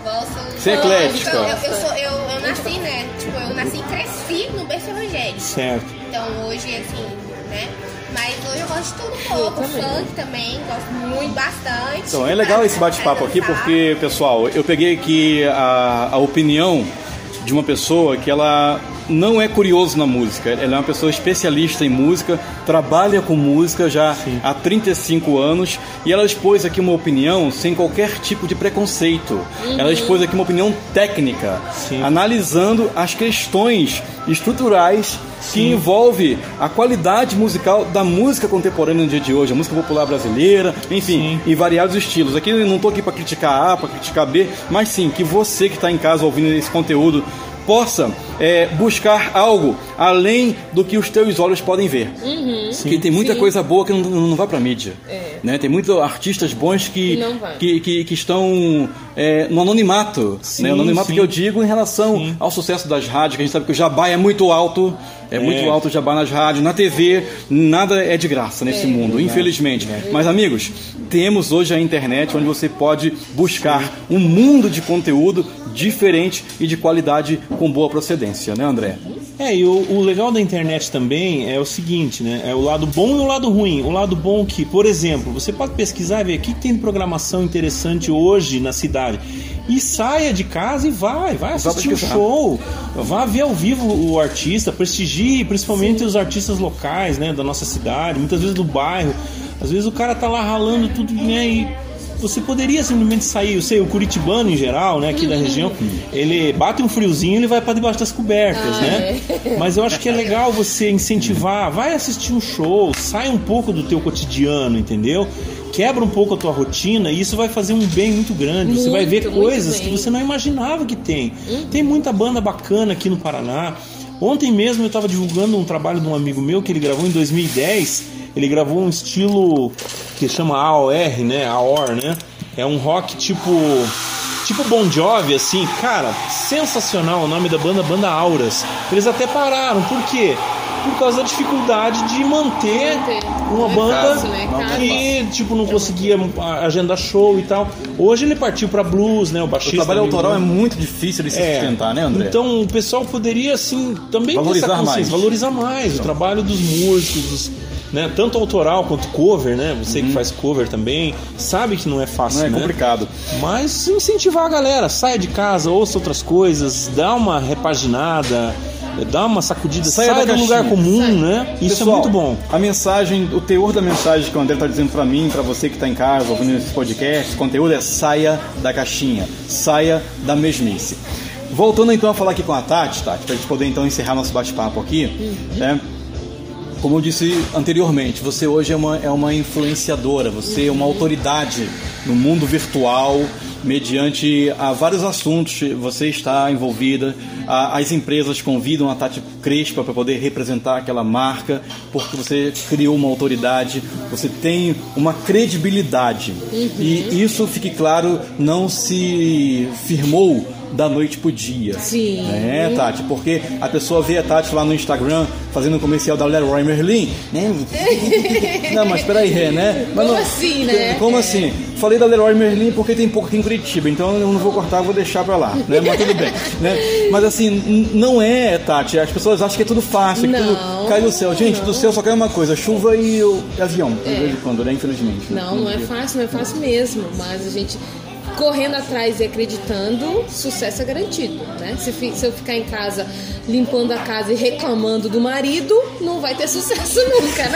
[SPEAKER 4] Gosto.
[SPEAKER 1] Você é eclética.
[SPEAKER 4] Eu, eu, sou, eu, eu nasci, né? Tipo, eu nasci e cresci no berço evangélico.
[SPEAKER 3] Certo.
[SPEAKER 4] Então hoje, assim, né? Mas hoje eu gosto de tudo um pouco. Funk também, gosto muito, bastante.
[SPEAKER 1] Então, é legal esse bate-papo aqui
[SPEAKER 4] Pra dançar.
[SPEAKER 1] porque, pessoal, eu peguei aqui a, a opinião de uma pessoa que ela não é curioso na música, ela é uma pessoa especialista em música, trabalha com música já há 35 anos e ela expôs aqui uma opinião sem qualquer tipo de preconceito. Ela expôs aqui uma opinião técnica,
[SPEAKER 3] Sim.
[SPEAKER 1] analisando as questões estruturais que envolve a qualidade musical da música contemporânea no dia de hoje, a música popular brasileira, enfim, em variados estilos. Aqui eu não tô aqui para criticar A, para criticar B, mas sim que você que está em casa ouvindo esse conteúdo possa é, buscar algo além do que os teus olhos podem ver. Porque tem muita
[SPEAKER 2] Uhum. Sim.
[SPEAKER 1] coisa boa que não, não vai para mídia.
[SPEAKER 2] É.
[SPEAKER 1] Né? Tem muitos artistas bons que,
[SPEAKER 2] Que não vai.
[SPEAKER 1] que, que- que estão é, no anonimato.
[SPEAKER 3] Sim,
[SPEAKER 1] né? O anonimato
[SPEAKER 3] sim.
[SPEAKER 1] que eu digo em relação ao sucesso das rádios, que a gente sabe que o jabá é muito alto, é, muito alto o jabá nas rádios, na TV, nada é de graça nesse mundo, infelizmente. Mas, amigos, temos hoje a internet onde você pode buscar um mundo de conteúdo diferente e de qualidade com boa procedência, né, André?
[SPEAKER 3] É, e o, o legal da internet também é o seguinte, né? É o lado bom e o lado ruim. O lado bom é que, por exemplo, você pode pesquisar e ver o que que tem de programação interessante hoje na cidade. E saia de casa e vai, vai assistir o
[SPEAKER 1] pesquisar.
[SPEAKER 3] show, vá ver ao vivo o artista, prestigie, principalmente os artistas locais, né, da nossa cidade, muitas vezes do bairro. Às vezes o cara tá lá ralando tudo, né, e você poderia simplesmente sair, eu sei, o curitibano em geral, né, aqui da região, ele bate um friozinho e ele vai para debaixo das cobertas,
[SPEAKER 2] Ah,
[SPEAKER 3] né? Mas eu acho que é legal você incentivar, vai assistir um show, sai um pouco do teu cotidiano, entendeu? Quebra um pouco a tua rotina e isso vai fazer um bem muito grande. você vai ver
[SPEAKER 2] Muito, muito
[SPEAKER 3] coisas que
[SPEAKER 2] bem.
[SPEAKER 3] você não imaginava que tem.
[SPEAKER 2] Uhum.
[SPEAKER 3] Tem muita banda bacana aqui no Paraná. Ontem mesmo eu estava divulgando um trabalho de um amigo meu que ele gravou em 2010. Ele gravou um estilo que chama AOR, né? AOR, né? É um rock tipo tipo Bon Jovi assim, cara, sensacional o nome da banda, banda Auras. Eles até pararam, por quê? Por causa da dificuldade de manter,
[SPEAKER 2] Manter.
[SPEAKER 3] uma
[SPEAKER 2] Não é
[SPEAKER 3] banda
[SPEAKER 2] fácil, né, cara?
[SPEAKER 3] que tipo não conseguia a- agendar show e tal. Hoje ele partiu pra blues, né? O
[SPEAKER 1] O
[SPEAKER 3] baixista
[SPEAKER 1] trabalho
[SPEAKER 3] amigo
[SPEAKER 1] autoral é
[SPEAKER 3] meu.
[SPEAKER 1] muito difícil de se
[SPEAKER 3] É.
[SPEAKER 1] sustentar, né, André?
[SPEAKER 3] Então o pessoal poderia assim também ter
[SPEAKER 1] Valorizar
[SPEAKER 3] essa consciência,
[SPEAKER 1] mais. Então.
[SPEAKER 3] valorizar mais o trabalho dos músicos, dos- né, tanto autoral quanto cover, né? Você que faz cover também sabe que não é fácil,
[SPEAKER 1] Uhum. não é
[SPEAKER 3] né?
[SPEAKER 1] complicado.
[SPEAKER 3] Mas incentivar a galera, saia de casa, ouça outras coisas, dá uma repaginada, dá uma sacudida,
[SPEAKER 1] Saia
[SPEAKER 3] saia,
[SPEAKER 1] da
[SPEAKER 3] do lugar
[SPEAKER 1] caixinha.
[SPEAKER 3] comum, né? Isso
[SPEAKER 1] Pessoal,
[SPEAKER 3] é muito bom.
[SPEAKER 1] A mensagem, o teor da mensagem que o André está dizendo para mim, para você que está em casa ouvindo esse podcast, esse conteúdo é saia da caixinha, saia da mesmice. Voltando então a falar aqui com a Tati, Tati, pra gente poder então encerrar nosso bate-papo aqui, né? Como eu disse anteriormente, você hoje é uma, é uma influenciadora, você é uma autoridade no mundo virtual, mediante a vários assuntos você está envolvida. A- as empresas convidam a Tati Crespa para poder representar aquela marca, porque você criou uma autoridade, você tem uma credibilidade. E isso, fique claro, não se firmou da noite pro dia.
[SPEAKER 2] Sim.
[SPEAKER 1] Né? É, Tati, porque a pessoa vê a Tati lá no Instagram fazendo um comercial da Leroy Merlin, né?
[SPEAKER 2] *laughs*
[SPEAKER 1] Não, mas peraí, é, né? Mas
[SPEAKER 2] Como
[SPEAKER 1] não-
[SPEAKER 2] assim, né?
[SPEAKER 1] Como assim? Falei da Leroy Merlin porque tem pouco aqui em Curitiba, então eu não vou cortar, eu vou deixar pra lá, né? Mas tudo bem, né? Mas assim, n- não é, Tati, as pessoas acham que é tudo fácil, que
[SPEAKER 2] Não, É.
[SPEAKER 1] tudo cai do céu. Gente, do céu só cai uma coisa, chuva e o- e avião, de vez em quando, né? Infelizmente.
[SPEAKER 2] Não, não é fácil, não é fácil mesmo. Mas a gente correndo atrás e acreditando, sucesso é garantido, né? Se, fi- se eu ficar em casa limpando a casa e reclamando do marido, não vai ter *laughs* sucesso nunca,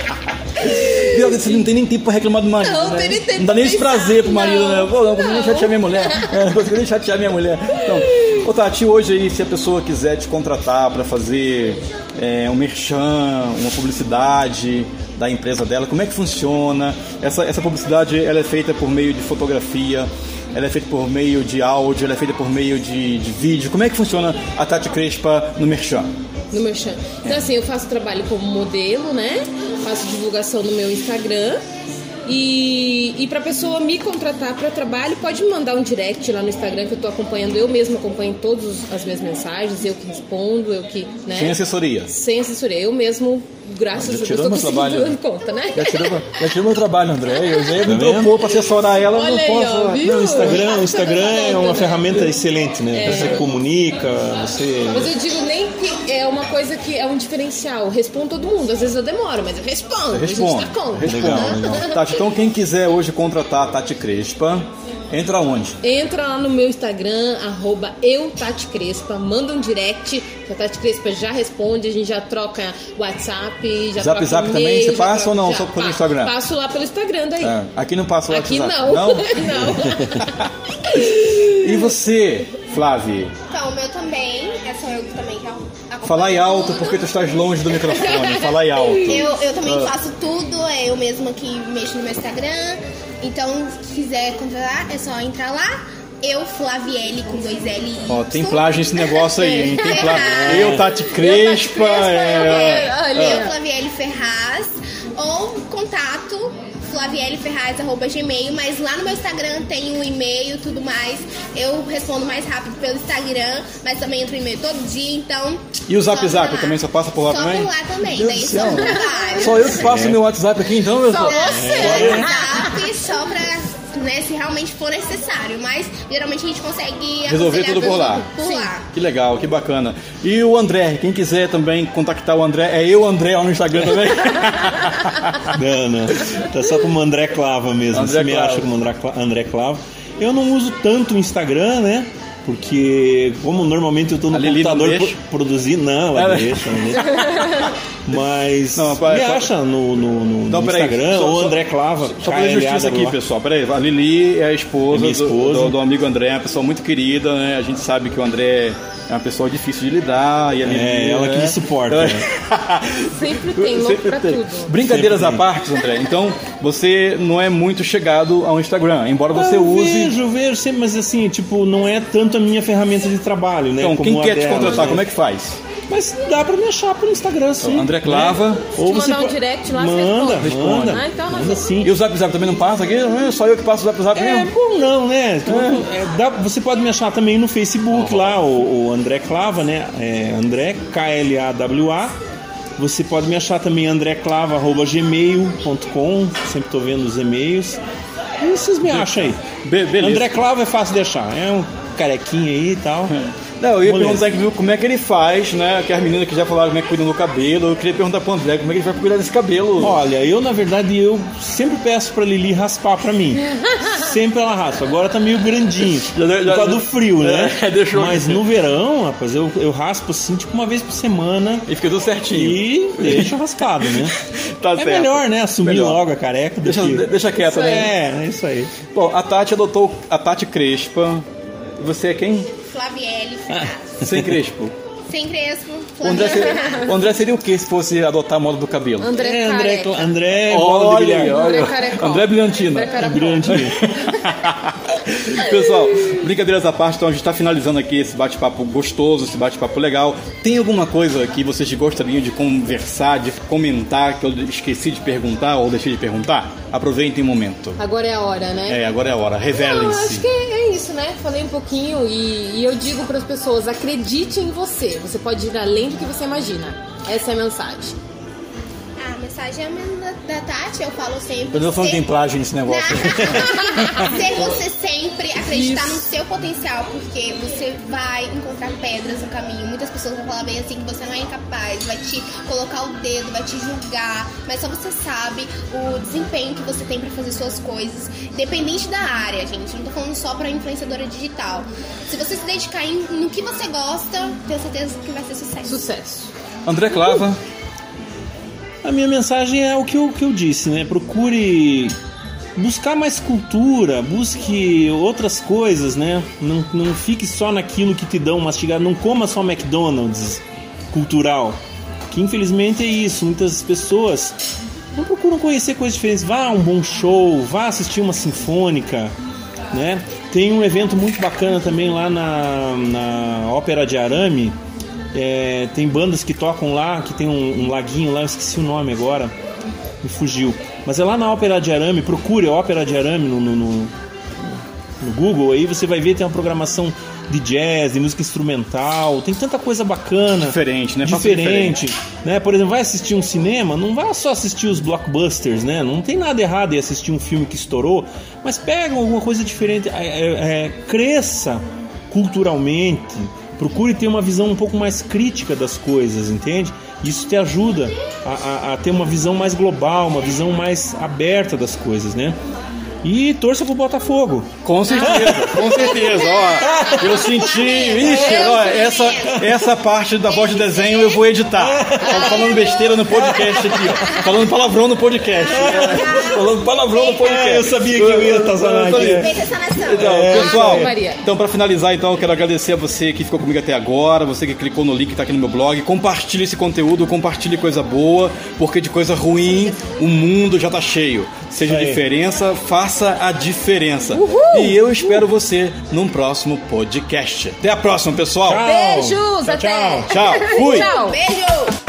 [SPEAKER 2] né?
[SPEAKER 1] Pior que você não tem nem tempo pra reclamar do marido.
[SPEAKER 2] Não,
[SPEAKER 1] né?
[SPEAKER 2] tem nem tempo
[SPEAKER 1] Não dá nem
[SPEAKER 2] pra
[SPEAKER 1] esse
[SPEAKER 2] pensar.
[SPEAKER 1] prazer pro marido,
[SPEAKER 2] Não,
[SPEAKER 1] né? Pô, não, consegui nem
[SPEAKER 2] não.
[SPEAKER 1] chatear minha
[SPEAKER 2] *laughs*
[SPEAKER 1] mulher. É, não consegui nem chatear minha mulher. Então, ô Tati, hoje aí, se a pessoa quiser te contratar pra fazer é, um merchan, uma publicidade da empresa dela, como é que funciona? Essa, essa publicidade, ela é feita por meio de fotografia, ela é feita por meio de áudio, ela é feita por meio de, de vídeo. Como é que funciona a Tati Crespa no merchan?
[SPEAKER 2] *laughs* no Merchan. Então, assim, eu faço trabalho como modelo, né? Faço divulgação no meu Instagram. E, e pra pessoa me contratar para trabalho, pode me mandar um direct lá no Instagram que eu tô acompanhando. Eu mesma acompanho todas as minhas mensagens, eu que respondo, eu que. Né?
[SPEAKER 1] Sem assessoria.
[SPEAKER 2] Sem assessoria. Eu mesmo, graças a
[SPEAKER 1] Já
[SPEAKER 2] Deus,
[SPEAKER 1] tirou
[SPEAKER 2] eu tô
[SPEAKER 1] meu trabalho.
[SPEAKER 2] conseguindo *laughs* conta, né?
[SPEAKER 1] Já tirou, meu- já tirou meu trabalho, André. Eu já me
[SPEAKER 3] Tá vendo?
[SPEAKER 1] propôs pra assessorar ela, eu
[SPEAKER 2] Olha
[SPEAKER 1] não
[SPEAKER 2] aí,
[SPEAKER 1] posso.
[SPEAKER 2] ó, viu?
[SPEAKER 3] Não, o Instagram, o Instagram é uma ferramenta excelente, né?
[SPEAKER 1] É.
[SPEAKER 3] Você comunica, você.
[SPEAKER 2] Mas eu digo nem que é uma coisa que é um diferencial. Eu respondo todo mundo. Às vezes eu demoro, mas eu respondo. a
[SPEAKER 1] Responde.
[SPEAKER 2] gente tá conta.
[SPEAKER 1] responde.
[SPEAKER 3] Legal, legal.
[SPEAKER 1] Tati, então quem quiser hoje contratar a Tati Crespa, entra onde?
[SPEAKER 2] Entra lá no meu Instagram, arroba eu, Tati Crespa, manda um direct, que a Tati Crespa já responde, a gente já troca WhatsApp, já
[SPEAKER 1] Zap,
[SPEAKER 2] troca
[SPEAKER 1] zap também,
[SPEAKER 2] e-mail,
[SPEAKER 1] você
[SPEAKER 2] já
[SPEAKER 1] passa
[SPEAKER 2] troca-
[SPEAKER 1] ou não?
[SPEAKER 2] já
[SPEAKER 1] Só pelo
[SPEAKER 2] pa-
[SPEAKER 1] Instagram?
[SPEAKER 2] Passo lá pelo Instagram daí.
[SPEAKER 1] É, aqui não passa o
[SPEAKER 2] Aqui
[SPEAKER 1] WhatsApp.
[SPEAKER 2] não. *laughs* Não?
[SPEAKER 1] E você, Flávia?
[SPEAKER 4] Então, o meu também. É só eu que também que acompanho
[SPEAKER 1] Falar em alto
[SPEAKER 4] tudo.
[SPEAKER 1] porque tu estás longe do microfone. Falar em alto.
[SPEAKER 4] Eu, eu também
[SPEAKER 1] Ah.
[SPEAKER 4] faço tudo, é eu mesma que mexo no meu Instagram. Então, se quiser contratar, é só entrar lá. Eu, Flavielle, com dois L.
[SPEAKER 1] Ó, tem plágio esse negócio aí, hein?
[SPEAKER 4] *laughs*
[SPEAKER 1] Tem plágio.
[SPEAKER 4] Ferraz.
[SPEAKER 1] Eu, tá Tati
[SPEAKER 4] é,
[SPEAKER 1] Crespa. é.
[SPEAKER 4] Eu,
[SPEAKER 2] Olha.
[SPEAKER 4] Flavielle Ferraz. Ou contato flavielleferraz.gmail, mas lá no meu Instagram tem um e-mail e tudo mais. Eu respondo mais rápido pelo Instagram, mas também entro e-mail todo dia, então.
[SPEAKER 1] E o Zap
[SPEAKER 4] só
[SPEAKER 1] Zap
[SPEAKER 4] por lá.
[SPEAKER 1] também só passa por lá
[SPEAKER 4] só
[SPEAKER 1] também?
[SPEAKER 4] Só por lá também,
[SPEAKER 1] Meu Deus
[SPEAKER 4] daí
[SPEAKER 1] do
[SPEAKER 4] só
[SPEAKER 1] céu.
[SPEAKER 4] por lá.
[SPEAKER 1] Só eu que passo meu WhatsApp aqui então, meu
[SPEAKER 4] Só
[SPEAKER 1] Deus?
[SPEAKER 4] você, WhatsApp, só pra, né, se realmente for necessário. Mas geralmente a gente consegue
[SPEAKER 1] Resolver
[SPEAKER 4] aconselhar
[SPEAKER 1] tudo por lá.
[SPEAKER 4] tudo por lá.
[SPEAKER 1] Que legal, que bacana. E o André, quem quiser também contactar o André, é eu, André, lá no Instagram também.
[SPEAKER 3] Não, não. Tá só como André Clava mesmo.
[SPEAKER 1] André
[SPEAKER 3] Você me
[SPEAKER 1] Clava.
[SPEAKER 3] acha como André Cla- André Clava. Eu não uso tanto o Instagram, né? Porque, como normalmente eu tô no
[SPEAKER 1] A Lili não
[SPEAKER 3] computador
[SPEAKER 1] deixa?
[SPEAKER 3] pro- produzindo, não, ela
[SPEAKER 1] Ela-
[SPEAKER 3] deixa,
[SPEAKER 1] *laughs*
[SPEAKER 3] ela deixa. Mas
[SPEAKER 1] Não, pá,
[SPEAKER 3] me
[SPEAKER 1] só-
[SPEAKER 3] acha no, no, no-
[SPEAKER 1] Então,
[SPEAKER 3] no
[SPEAKER 1] peraí,
[SPEAKER 3] Instagram
[SPEAKER 1] só-
[SPEAKER 3] ou
[SPEAKER 1] só-
[SPEAKER 3] André Clava.
[SPEAKER 1] Só pra fazer
[SPEAKER 3] KLA
[SPEAKER 1] justiça aqui,
[SPEAKER 3] lá.
[SPEAKER 1] pessoal. Peraí, a Lili é a esposa,
[SPEAKER 3] É minha
[SPEAKER 1] do-
[SPEAKER 3] esposa.
[SPEAKER 1] Do, do amigo André, uma pessoa muito querida, né? A gente sabe que o André é uma pessoa difícil de lidar. E a Lili,
[SPEAKER 3] É, ela que
[SPEAKER 1] né?
[SPEAKER 3] me
[SPEAKER 1] *laughs*
[SPEAKER 3] suporta. né?
[SPEAKER 2] Sempre tem louco
[SPEAKER 1] Sempre
[SPEAKER 2] pra
[SPEAKER 1] tem.
[SPEAKER 2] tudo.
[SPEAKER 1] Brincadeiras
[SPEAKER 3] Sempre
[SPEAKER 1] à parte, André. Então, você não é muito chegado ao Instagram, embora você
[SPEAKER 3] eu
[SPEAKER 1] use.
[SPEAKER 3] Vejo, eu vejo sempre, mas assim, tipo, não é tanto a minha ferramenta de trabalho, né?
[SPEAKER 1] Então,
[SPEAKER 3] como
[SPEAKER 1] quem
[SPEAKER 3] a
[SPEAKER 1] quer te
[SPEAKER 3] dela,
[SPEAKER 1] contratar,
[SPEAKER 3] né?
[SPEAKER 1] como é que faz?
[SPEAKER 3] Mas dá pra me achar pelo Instagram, sim.
[SPEAKER 1] André Clava.
[SPEAKER 3] Né?
[SPEAKER 1] Se
[SPEAKER 2] te mandar um
[SPEAKER 3] po-
[SPEAKER 2] direct lá, você
[SPEAKER 3] manda,
[SPEAKER 2] responde.
[SPEAKER 3] Manda,
[SPEAKER 2] Ah, então nós
[SPEAKER 3] manda
[SPEAKER 2] vamos-
[SPEAKER 3] sim.
[SPEAKER 1] E o Zap Zap também não passa aqui? É só eu que passo o Zap Zap
[SPEAKER 3] É
[SPEAKER 1] mesmo?
[SPEAKER 3] bom não, né? Então, é, dá- você pode me achar também no Facebook lá, o, o André Clava, né? É, André, K-L-A-W-A. Você pode me achar também andreclava.gmail.com. Sempre tô vendo os e-mails. E vocês me acham aí.
[SPEAKER 1] Be- beleza.
[SPEAKER 3] André Clava é fácil de achar. É um carequinha aí
[SPEAKER 1] *laughs*
[SPEAKER 3] e tal.
[SPEAKER 1] Não, eu ia
[SPEAKER 3] Moleza.
[SPEAKER 1] perguntar aqui, viu, como é que ele faz, né? Que as meninas que já falaram como é que cuidam do cabelo. Eu queria perguntar pro André como é que ele vai cuidar desse cabelo.
[SPEAKER 3] Olha, eu na verdade eu sempre peço pra Lili raspar pra mim. Sempre ela raspa. Agora tá meio grandinho.
[SPEAKER 1] Já deu- já-
[SPEAKER 3] por causa do frio, né?
[SPEAKER 1] É, *laughs* deixou-
[SPEAKER 3] Mas no verão, rapaz, eu, eu raspo assim, tipo uma vez por semana.
[SPEAKER 1] E fica tudo certinho.
[SPEAKER 3] E deixo raspado, né?
[SPEAKER 1] Tá
[SPEAKER 3] é
[SPEAKER 1] certo.
[SPEAKER 3] melhor, né? Assumir
[SPEAKER 1] Melhor.
[SPEAKER 3] logo a careca. do
[SPEAKER 1] Deixa,
[SPEAKER 3] que-
[SPEAKER 1] de- deixa quieto, né?
[SPEAKER 3] É, é isso aí.
[SPEAKER 1] Bom, a Tati adotou a Tati Crespa. E Você é quem?
[SPEAKER 4] Flavielli Fricasso.
[SPEAKER 1] Sem crespo.
[SPEAKER 4] Sem Crespo,
[SPEAKER 1] O André,
[SPEAKER 4] Flavielli. *laughs*
[SPEAKER 1] seria, o André seria o é que se fosse adotar a moda do cabelo?
[SPEAKER 3] É,
[SPEAKER 2] André
[SPEAKER 3] André,
[SPEAKER 2] Careca.
[SPEAKER 3] André bola de bilhar.
[SPEAKER 2] André Carecol.
[SPEAKER 1] André é Brilhantino.
[SPEAKER 2] André é Carecol.
[SPEAKER 3] Brilhantinho.
[SPEAKER 1] Pessoal, brincadeiras à parte, então a gente está finalizando aqui esse bate-papo gostoso, esse bate-papo legal. Tem alguma coisa que vocês gostariam de conversar, de comentar, que eu esqueci de perguntar ou deixei de perguntar? Aproveitem o momento.
[SPEAKER 2] Agora é a hora, né?
[SPEAKER 1] É, agora é a hora,
[SPEAKER 2] Não, eu acho
[SPEAKER 1] revelem-se.
[SPEAKER 2] que é isso, né? Falei um pouquinho e, e eu digo para as pessoas: acredite em você. Você pode ir além do que você imagina. Essa é a mensagem.
[SPEAKER 4] A mensagem é a mesma da, da Tati, eu falo sempre.
[SPEAKER 1] Eu não
[SPEAKER 4] ser-
[SPEAKER 1] contemplagem esse negócio.
[SPEAKER 4] *laughs*
[SPEAKER 1] *laughs*
[SPEAKER 4] Ser você sempre, acreditar no
[SPEAKER 2] Isso.
[SPEAKER 4] seu potencial, porque você vai encontrar pedras no caminho. Muitas pessoas vão falar bem assim que você não é incapaz, vai te colocar o dedo, vai te julgar, mas só você sabe o desempenho que você tem pra fazer suas coisas, independente da área, gente. Não tô falando só pra influenciadora digital. Se você se dedicar em, no que você gosta, tenho certeza que vai ser sucesso.
[SPEAKER 2] Sucesso.
[SPEAKER 1] André Clava,
[SPEAKER 3] A minha mensagem é o que eu, que eu disse, né? Procure buscar mais cultura, busque outras coisas, né? Não, não fique só naquilo que te dão mastigado, não coma só McDonald's cultural. Que infelizmente é isso, muitas pessoas não procuram conhecer coisas diferentes. Vá a um bom show, vá assistir uma sinfônica, né? Tem um evento muito bacana também lá na, na Ópera de Arame. É, tem bandas que tocam lá, que tem um, um laguinho lá, eu esqueci o nome agora, me fugiu. Mas é lá na Ópera de Arame, procure a Ópera de Arame no, no- no- no Google, aí você vai ver, tem uma programação de jazz, de música instrumental, tem tanta coisa bacana
[SPEAKER 1] diferente, né? Faça
[SPEAKER 3] diferente, né? Por exemplo, vai assistir um cinema, não vai só assistir os blockbusters, né? Não tem nada errado em assistir um filme que estourou, mas pega alguma coisa diferente, é, é, é, cresça culturalmente, procure ter uma visão um pouco mais crítica das coisas, entende? Isso te ajuda a, a- a ter uma visão mais global, uma visão mais aberta das coisas, né? E torça pro Botafogo.
[SPEAKER 1] Com certeza, com certeza. Ó, eu senti. Ixi, ó, essa, essa parte da voz de desenho eu vou editar. Tô falando besteira no podcast aqui, ó. Falando palavrão no podcast. Falando palavrão no podcast.
[SPEAKER 3] É, eu sabia que eu ia atazanar aqui.
[SPEAKER 1] Eu
[SPEAKER 4] Pensa essa nação.
[SPEAKER 1] então, pessoal,
[SPEAKER 2] Ave Maria.
[SPEAKER 1] então para finalizar, então, eu quero agradecer a você que ficou comigo até agora, você que clicou no link que tá aqui no meu blog, compartilhe esse conteúdo, compartilhe coisa boa, porque de coisa ruim o mundo já tá cheio. Seja
[SPEAKER 3] Isso aí.
[SPEAKER 1] diferença, faça a diferença. E eu espero você num próximo podcast. Até a próxima, pessoal.
[SPEAKER 3] Tchau.
[SPEAKER 2] Beijos,
[SPEAKER 3] Tchau,
[SPEAKER 2] até.
[SPEAKER 3] tchau.
[SPEAKER 1] Tchau, fui.
[SPEAKER 2] Tchau.
[SPEAKER 4] Beijo!